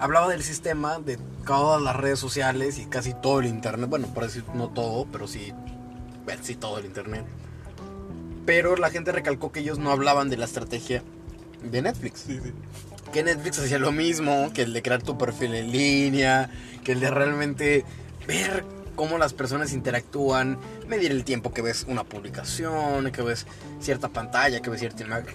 [SPEAKER 1] hablaba del sistema de todas las redes sociales y casi todo el internet. Bueno, por decir no todo, pero sí, bueno, sí todo el internet. Pero la gente recalcó que ellos no hablaban de la estrategia de Netflix
[SPEAKER 2] Sí, sí.
[SPEAKER 1] que Netflix hacía lo mismo, que el de crear tu perfil en línea, que el de realmente ver cómo las personas interactúan, medir el tiempo que ves una publicación, que ves cierta pantalla, que ves cierta imagen.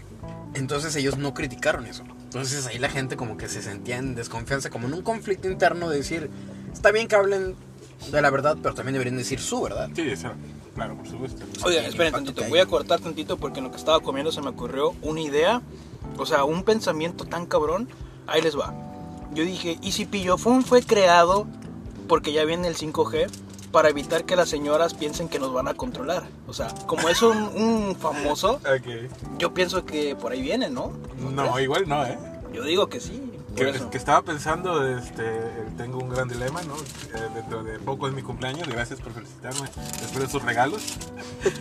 [SPEAKER 1] Entonces ellos no criticaron eso. Entonces ahí la gente como que se sentía en desconfianza, como en un conflicto interno de decir, está bien que hablen de la verdad, pero también deberían decir su verdad.
[SPEAKER 2] Sí, eso, claro, por supuesto.
[SPEAKER 3] Oigan, esperen
[SPEAKER 1] impacto que
[SPEAKER 3] tantito,
[SPEAKER 1] hay.
[SPEAKER 3] voy a cortar tantito porque en lo que estaba comiendo se me ocurrió una idea, o sea, un pensamiento tan cabrón. Ahí les va. Yo dije, ¿y si Pillofón fue creado porque ya viene el 5G para evitar que las señoras piensen que nos van a controlar? O sea, como es un, un famoso,
[SPEAKER 2] Ok.
[SPEAKER 3] yo pienso que por ahí viene, ¿no?
[SPEAKER 2] No, igual no, ¿eh?
[SPEAKER 3] Yo digo que sí. por
[SPEAKER 2] Que,
[SPEAKER 3] eso.
[SPEAKER 2] que estaba pensando, este, el- tengo un gran dilema, ¿no? Eh, dentro de poco es mi cumpleaños, gracias por felicitarme, espero sus
[SPEAKER 3] [laughs]
[SPEAKER 2] regalos.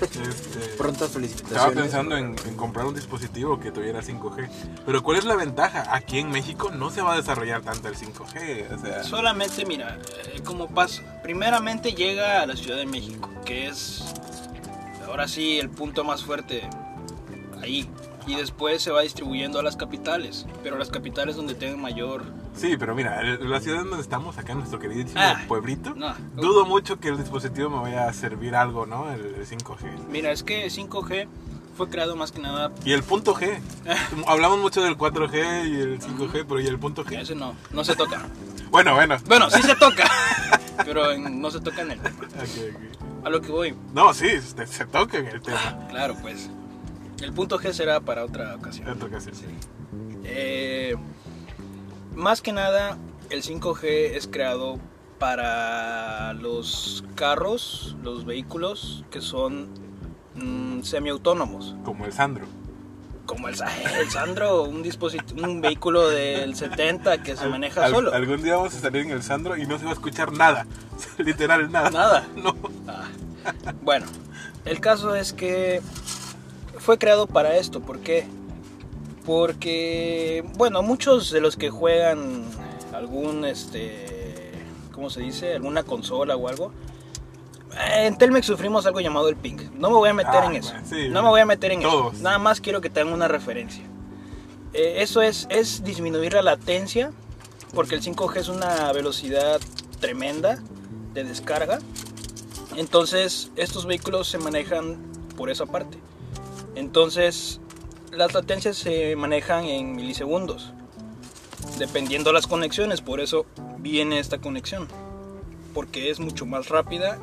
[SPEAKER 2] Este,
[SPEAKER 1] Prontas
[SPEAKER 2] estaba
[SPEAKER 1] felicitaciones.
[SPEAKER 2] pensando en, en comprar un dispositivo que tuviera 5G, pero ¿cuál es la ventaja? Aquí en México no se va a desarrollar tanto el 5G, o sea,
[SPEAKER 3] Solamente, mira, eh, como pasa. Primeramente llega a la Ciudad de México, que es ahora sí el punto más fuerte ahí. Y después se va distribuyendo a las capitales, pero las capitales donde tienen mayor...
[SPEAKER 2] sí, pero mira, el- la ciudad donde estamos, acá en nuestro queridísimo
[SPEAKER 3] Ah,
[SPEAKER 2] pueblito,
[SPEAKER 3] no.
[SPEAKER 2] dudo mucho que el dispositivo me vaya a servir algo, ¿no? El, el 5G.
[SPEAKER 3] Mira, es que 5G fue creado más que nada...
[SPEAKER 2] Y el punto
[SPEAKER 3] [laughs]
[SPEAKER 2] G. Hablamos mucho del 4G y el 5G, pero ¿y el punto G?
[SPEAKER 3] Ese no, no se toca.
[SPEAKER 2] Bueno, bueno.
[SPEAKER 3] Bueno, sí se toca, [laughs] pero en- no se toca en el... tema.
[SPEAKER 2] Ok, ok.
[SPEAKER 3] A lo que voy,
[SPEAKER 2] No, sí, se, se toca en el tema.
[SPEAKER 3] claro, pues. El punto G será para otra ocasión.
[SPEAKER 2] Se toca, sí.
[SPEAKER 3] Eh, más que nada, el 5G es creado para los carros, los vehículos que son mm, semiautónomos,
[SPEAKER 2] Como el Sandro.
[SPEAKER 3] como el, Sa- el Sandro, un, dispositivo, un vehículo del 70 que se maneja
[SPEAKER 2] Al-
[SPEAKER 3] solo.
[SPEAKER 2] Algún día vamos a salir en el Sandro y no se va a escuchar nada. [laughs] Literal, nada.
[SPEAKER 3] Nada.
[SPEAKER 2] No.
[SPEAKER 3] Bueno, el caso es que fue creado para esto, ¿por qué? Porque, bueno, muchos de los que juegan algún, este, ¿cómo se dice? Alguna consola o algo. eh, En Telmex sufrimos algo llamado el ping. No me voy a meter
[SPEAKER 2] Ah,
[SPEAKER 3] en eso.
[SPEAKER 2] bueno, sí.
[SPEAKER 3] no me voy a meter en
[SPEAKER 2] Todos.
[SPEAKER 3] eso. Nada más quiero que tengan una referencia. Eh, eso es, es disminuir la latencia, porque el 5G es una velocidad tremenda de descarga. Entonces, estos vehículos se manejan por esa parte. Entonces, las latencias se manejan en milisegundos, dependiendo las conexiones. Por eso viene esta conexión, porque es mucho más rápida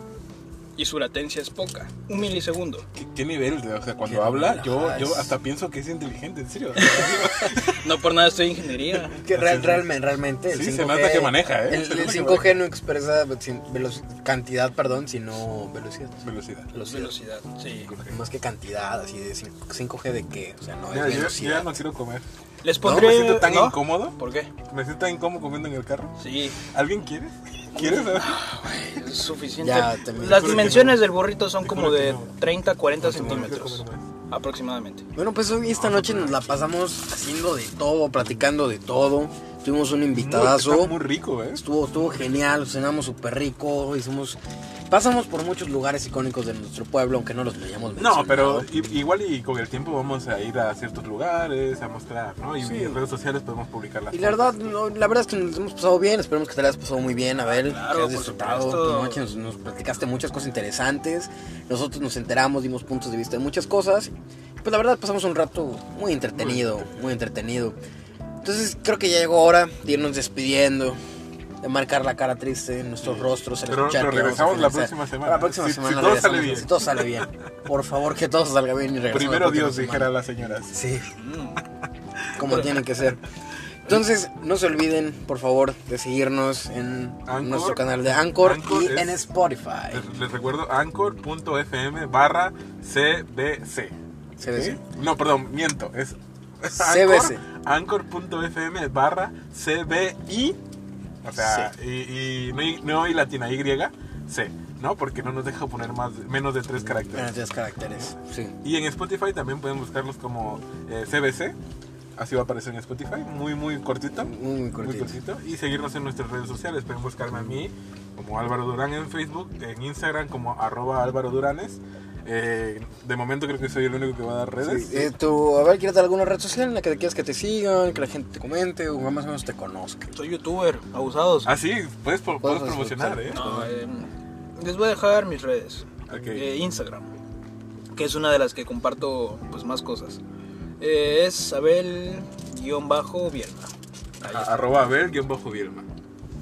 [SPEAKER 3] y su latencia es poca, un milisegundo.
[SPEAKER 2] ¿Qué, qué nivel? O sea, cuando
[SPEAKER 1] Qué
[SPEAKER 2] habla,
[SPEAKER 1] nivel,
[SPEAKER 2] yo,
[SPEAKER 1] ajá,
[SPEAKER 2] yo
[SPEAKER 1] es-
[SPEAKER 2] hasta pienso que es inteligente, en serio.
[SPEAKER 3] No por nada estoy en ingeniería. [laughs]
[SPEAKER 1] Que real- realmente, realmente.
[SPEAKER 2] Sí, se nota que maneja, ¿eh?
[SPEAKER 1] El,
[SPEAKER 2] Se
[SPEAKER 1] el
[SPEAKER 2] nota que
[SPEAKER 1] 5G no expresa sin- veloc- cantidad, perdón, sino velocidad.
[SPEAKER 2] Velocidad.
[SPEAKER 1] Velocidad.
[SPEAKER 3] Velocidad, sí.
[SPEAKER 1] Más que cantidad, así de cin- 5G de qué. O sea, no es
[SPEAKER 2] Mira, yo, yo ya
[SPEAKER 1] velocidad.
[SPEAKER 2] no quiero comer.
[SPEAKER 3] Les
[SPEAKER 2] ¿No?
[SPEAKER 3] pondré.
[SPEAKER 2] Me siento tan
[SPEAKER 3] ¿no?
[SPEAKER 2] incómodo.
[SPEAKER 3] ¿Por qué?
[SPEAKER 2] Me siento tan incómodo comiendo en el carro.
[SPEAKER 3] Sí,
[SPEAKER 2] ¿Alguien quiere? ¿Quieres?
[SPEAKER 3] es suficiente.
[SPEAKER 1] Ya, también.
[SPEAKER 3] Las
[SPEAKER 2] Juro que
[SPEAKER 3] dimensiones del burrito son
[SPEAKER 2] Te
[SPEAKER 3] como
[SPEAKER 2] juro que
[SPEAKER 3] de
[SPEAKER 2] no.
[SPEAKER 3] 30, 40
[SPEAKER 2] No, no quiero
[SPEAKER 3] centímetros
[SPEAKER 2] comer
[SPEAKER 3] aproximadamente.
[SPEAKER 1] Bueno, pues hoy esta noche nos la pasamos haciendo de todo, platicando de todo. Tuvimos un
[SPEAKER 2] Muy-
[SPEAKER 1] invitadazo.
[SPEAKER 2] está muy rico, ¿eh?
[SPEAKER 1] Estuvo, estuvo genial, cenamos súper rico, hicimos... Pasamos por muchos lugares icónicos de nuestro pueblo, aunque no los hayamos
[SPEAKER 2] No,
[SPEAKER 1] mencionado.
[SPEAKER 2] pero i- igual y con el tiempo vamos a ir a ciertos lugares, a mostrar, ¿no? Y y en redes sociales podemos publicar las
[SPEAKER 1] Y la verdad, no, la verdad es que nos hemos pasado bien, esperemos que te la hayas pasado muy bien, Abel,
[SPEAKER 3] Claro,
[SPEAKER 1] que has
[SPEAKER 3] por
[SPEAKER 1] disfrutado,
[SPEAKER 3] supuesto.
[SPEAKER 1] tu noche, nos, nos platicaste muchas cosas interesantes, nosotros nos enteramos, dimos puntos de vista de muchas cosas, pues la verdad pasamos un rato muy entretenido, muy entretenido. Entonces creo que ya llegó hora de irnos despidiendo, de marcar la cara triste en nuestros rostros. al
[SPEAKER 2] Pero-
[SPEAKER 1] escuchar
[SPEAKER 2] pero
[SPEAKER 1] que vamos a
[SPEAKER 2] regresamos la
[SPEAKER 1] finalizar.
[SPEAKER 2] próxima semana.
[SPEAKER 1] La próxima
[SPEAKER 2] Si- si
[SPEAKER 1] semana
[SPEAKER 2] todo sale
[SPEAKER 1] regresamos,
[SPEAKER 2] bien.
[SPEAKER 1] Si todo sale bien. Por favor, que todo salga bien y regresamos. la
[SPEAKER 2] Primero
[SPEAKER 1] próxima
[SPEAKER 2] Dios,
[SPEAKER 1] semana.
[SPEAKER 2] dijera las señoras.
[SPEAKER 1] Sí.
[SPEAKER 2] Mm,
[SPEAKER 1] Como tienen que ser. Entonces, no se olviden, por favor, de seguirnos en
[SPEAKER 2] Anchor.
[SPEAKER 1] nuestro canal de Anchor,
[SPEAKER 2] Anchor
[SPEAKER 1] y
[SPEAKER 2] es-
[SPEAKER 1] en Spotify.
[SPEAKER 2] Les, les recuerdo anchor.fm barra CBC.
[SPEAKER 1] ¿Se ve así?
[SPEAKER 2] No, perdón, miento. Es
[SPEAKER 1] CBC.
[SPEAKER 2] Anchor- Anchor.fm barra CBI. O sea, y, y no, hay, no hay latina Y, C, ¿no? Porque no nos deja poner más, menos de tres
[SPEAKER 1] Menos
[SPEAKER 2] caracteres.
[SPEAKER 1] tres caracteres. Sí.
[SPEAKER 2] Y en Spotify también pueden buscarlos como eh, CBC. Así va a aparecer en Spotify. Muy, muy cortito.
[SPEAKER 1] Muy, muy cortito.
[SPEAKER 2] Muy cortito. Y seguirnos en nuestras redes sociales. Pueden buscarme a mí como Álvaro Durán en Facebook, en Instagram como arroba Álvaro Duranes. Eh, de momento creo que soy el único que va a dar redes.
[SPEAKER 1] Sí. Eh, tú, a ver, ¿quieres dar alguna red social en la que quieras que te sigan, que la gente te comente o más o menos te conozca?
[SPEAKER 3] Soy youtuber, abusados.
[SPEAKER 2] Ah, sí, puedes, pro- puedes
[SPEAKER 1] Puedes
[SPEAKER 2] promocionar, ¿eh?
[SPEAKER 3] No, eh, les voy a dejar mis redes.
[SPEAKER 2] Ok.
[SPEAKER 3] Eh, Instagram, que es una de las que comparto pues más cosas. Eh, es Abel-Bielma. Ahí
[SPEAKER 2] A-
[SPEAKER 3] está.
[SPEAKER 2] Arroba Abel, guión bajo Vilma.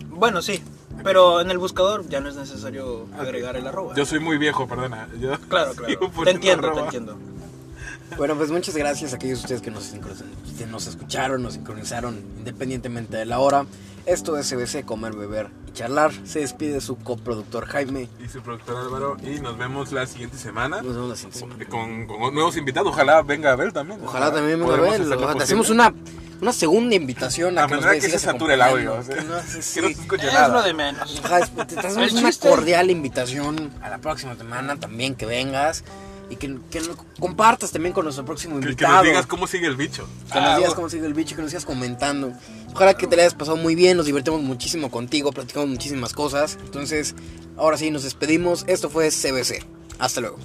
[SPEAKER 3] Bueno, sí, pero en el buscador ya no es necesario agregar el arroba.
[SPEAKER 2] Yo soy muy viejo, perdona. Yo
[SPEAKER 3] Claro,
[SPEAKER 2] [laughs] sigo
[SPEAKER 3] claro.
[SPEAKER 2] poniendo
[SPEAKER 3] Te entiendo, te
[SPEAKER 2] arroba.
[SPEAKER 3] entiendo.
[SPEAKER 1] Bueno, pues muchas gracias a aquellos de ustedes que nos, sincronizan- que nos escucharon, nos sincronizaron independientemente de la hora. Esto es CBC, comer, beber y charlar. Se despide su coproductor Jaime.
[SPEAKER 2] Y su productor Álvaro. Y nos vemos la siguiente semana.
[SPEAKER 1] Nos vemos la siguiente semana.
[SPEAKER 2] Con, con nuevos invitados. Ojalá venga Abel también.
[SPEAKER 1] Ojalá también venga
[SPEAKER 2] podemos
[SPEAKER 1] Abel.
[SPEAKER 2] hacer lo
[SPEAKER 1] Ojalá-
[SPEAKER 2] posible.
[SPEAKER 1] Hacemos una, una segunda invitación a
[SPEAKER 2] A
[SPEAKER 1] que nos
[SPEAKER 2] manera
[SPEAKER 1] vaya,
[SPEAKER 2] que se
[SPEAKER 1] sigas
[SPEAKER 2] sature el audio. o
[SPEAKER 1] acompañando,
[SPEAKER 2] sea,
[SPEAKER 1] que no- sí,
[SPEAKER 2] [laughs] Que no se
[SPEAKER 1] sí.
[SPEAKER 2] escuche
[SPEAKER 3] Es lo
[SPEAKER 2] nada.
[SPEAKER 3] de menos.
[SPEAKER 1] Ajá, es- te te hacemos
[SPEAKER 3] [laughs] El
[SPEAKER 1] una
[SPEAKER 3] chiste-
[SPEAKER 1] cordial invitación a la próxima semana también que vengas y que, que lo compartas también con nuestro próximo
[SPEAKER 2] Que, que
[SPEAKER 1] invitado.
[SPEAKER 2] nos digas cómo sigue el bicho.
[SPEAKER 1] Que nos digas cómo sigue el bicho, que nos sigas comentando. Ojalá que te la hayas pasado muy bien, nos divertimos muchísimo contigo, platicamos muchísimas cosas. Entonces, ahora sí, nos despedimos. Esto fue CBC. Hasta luego.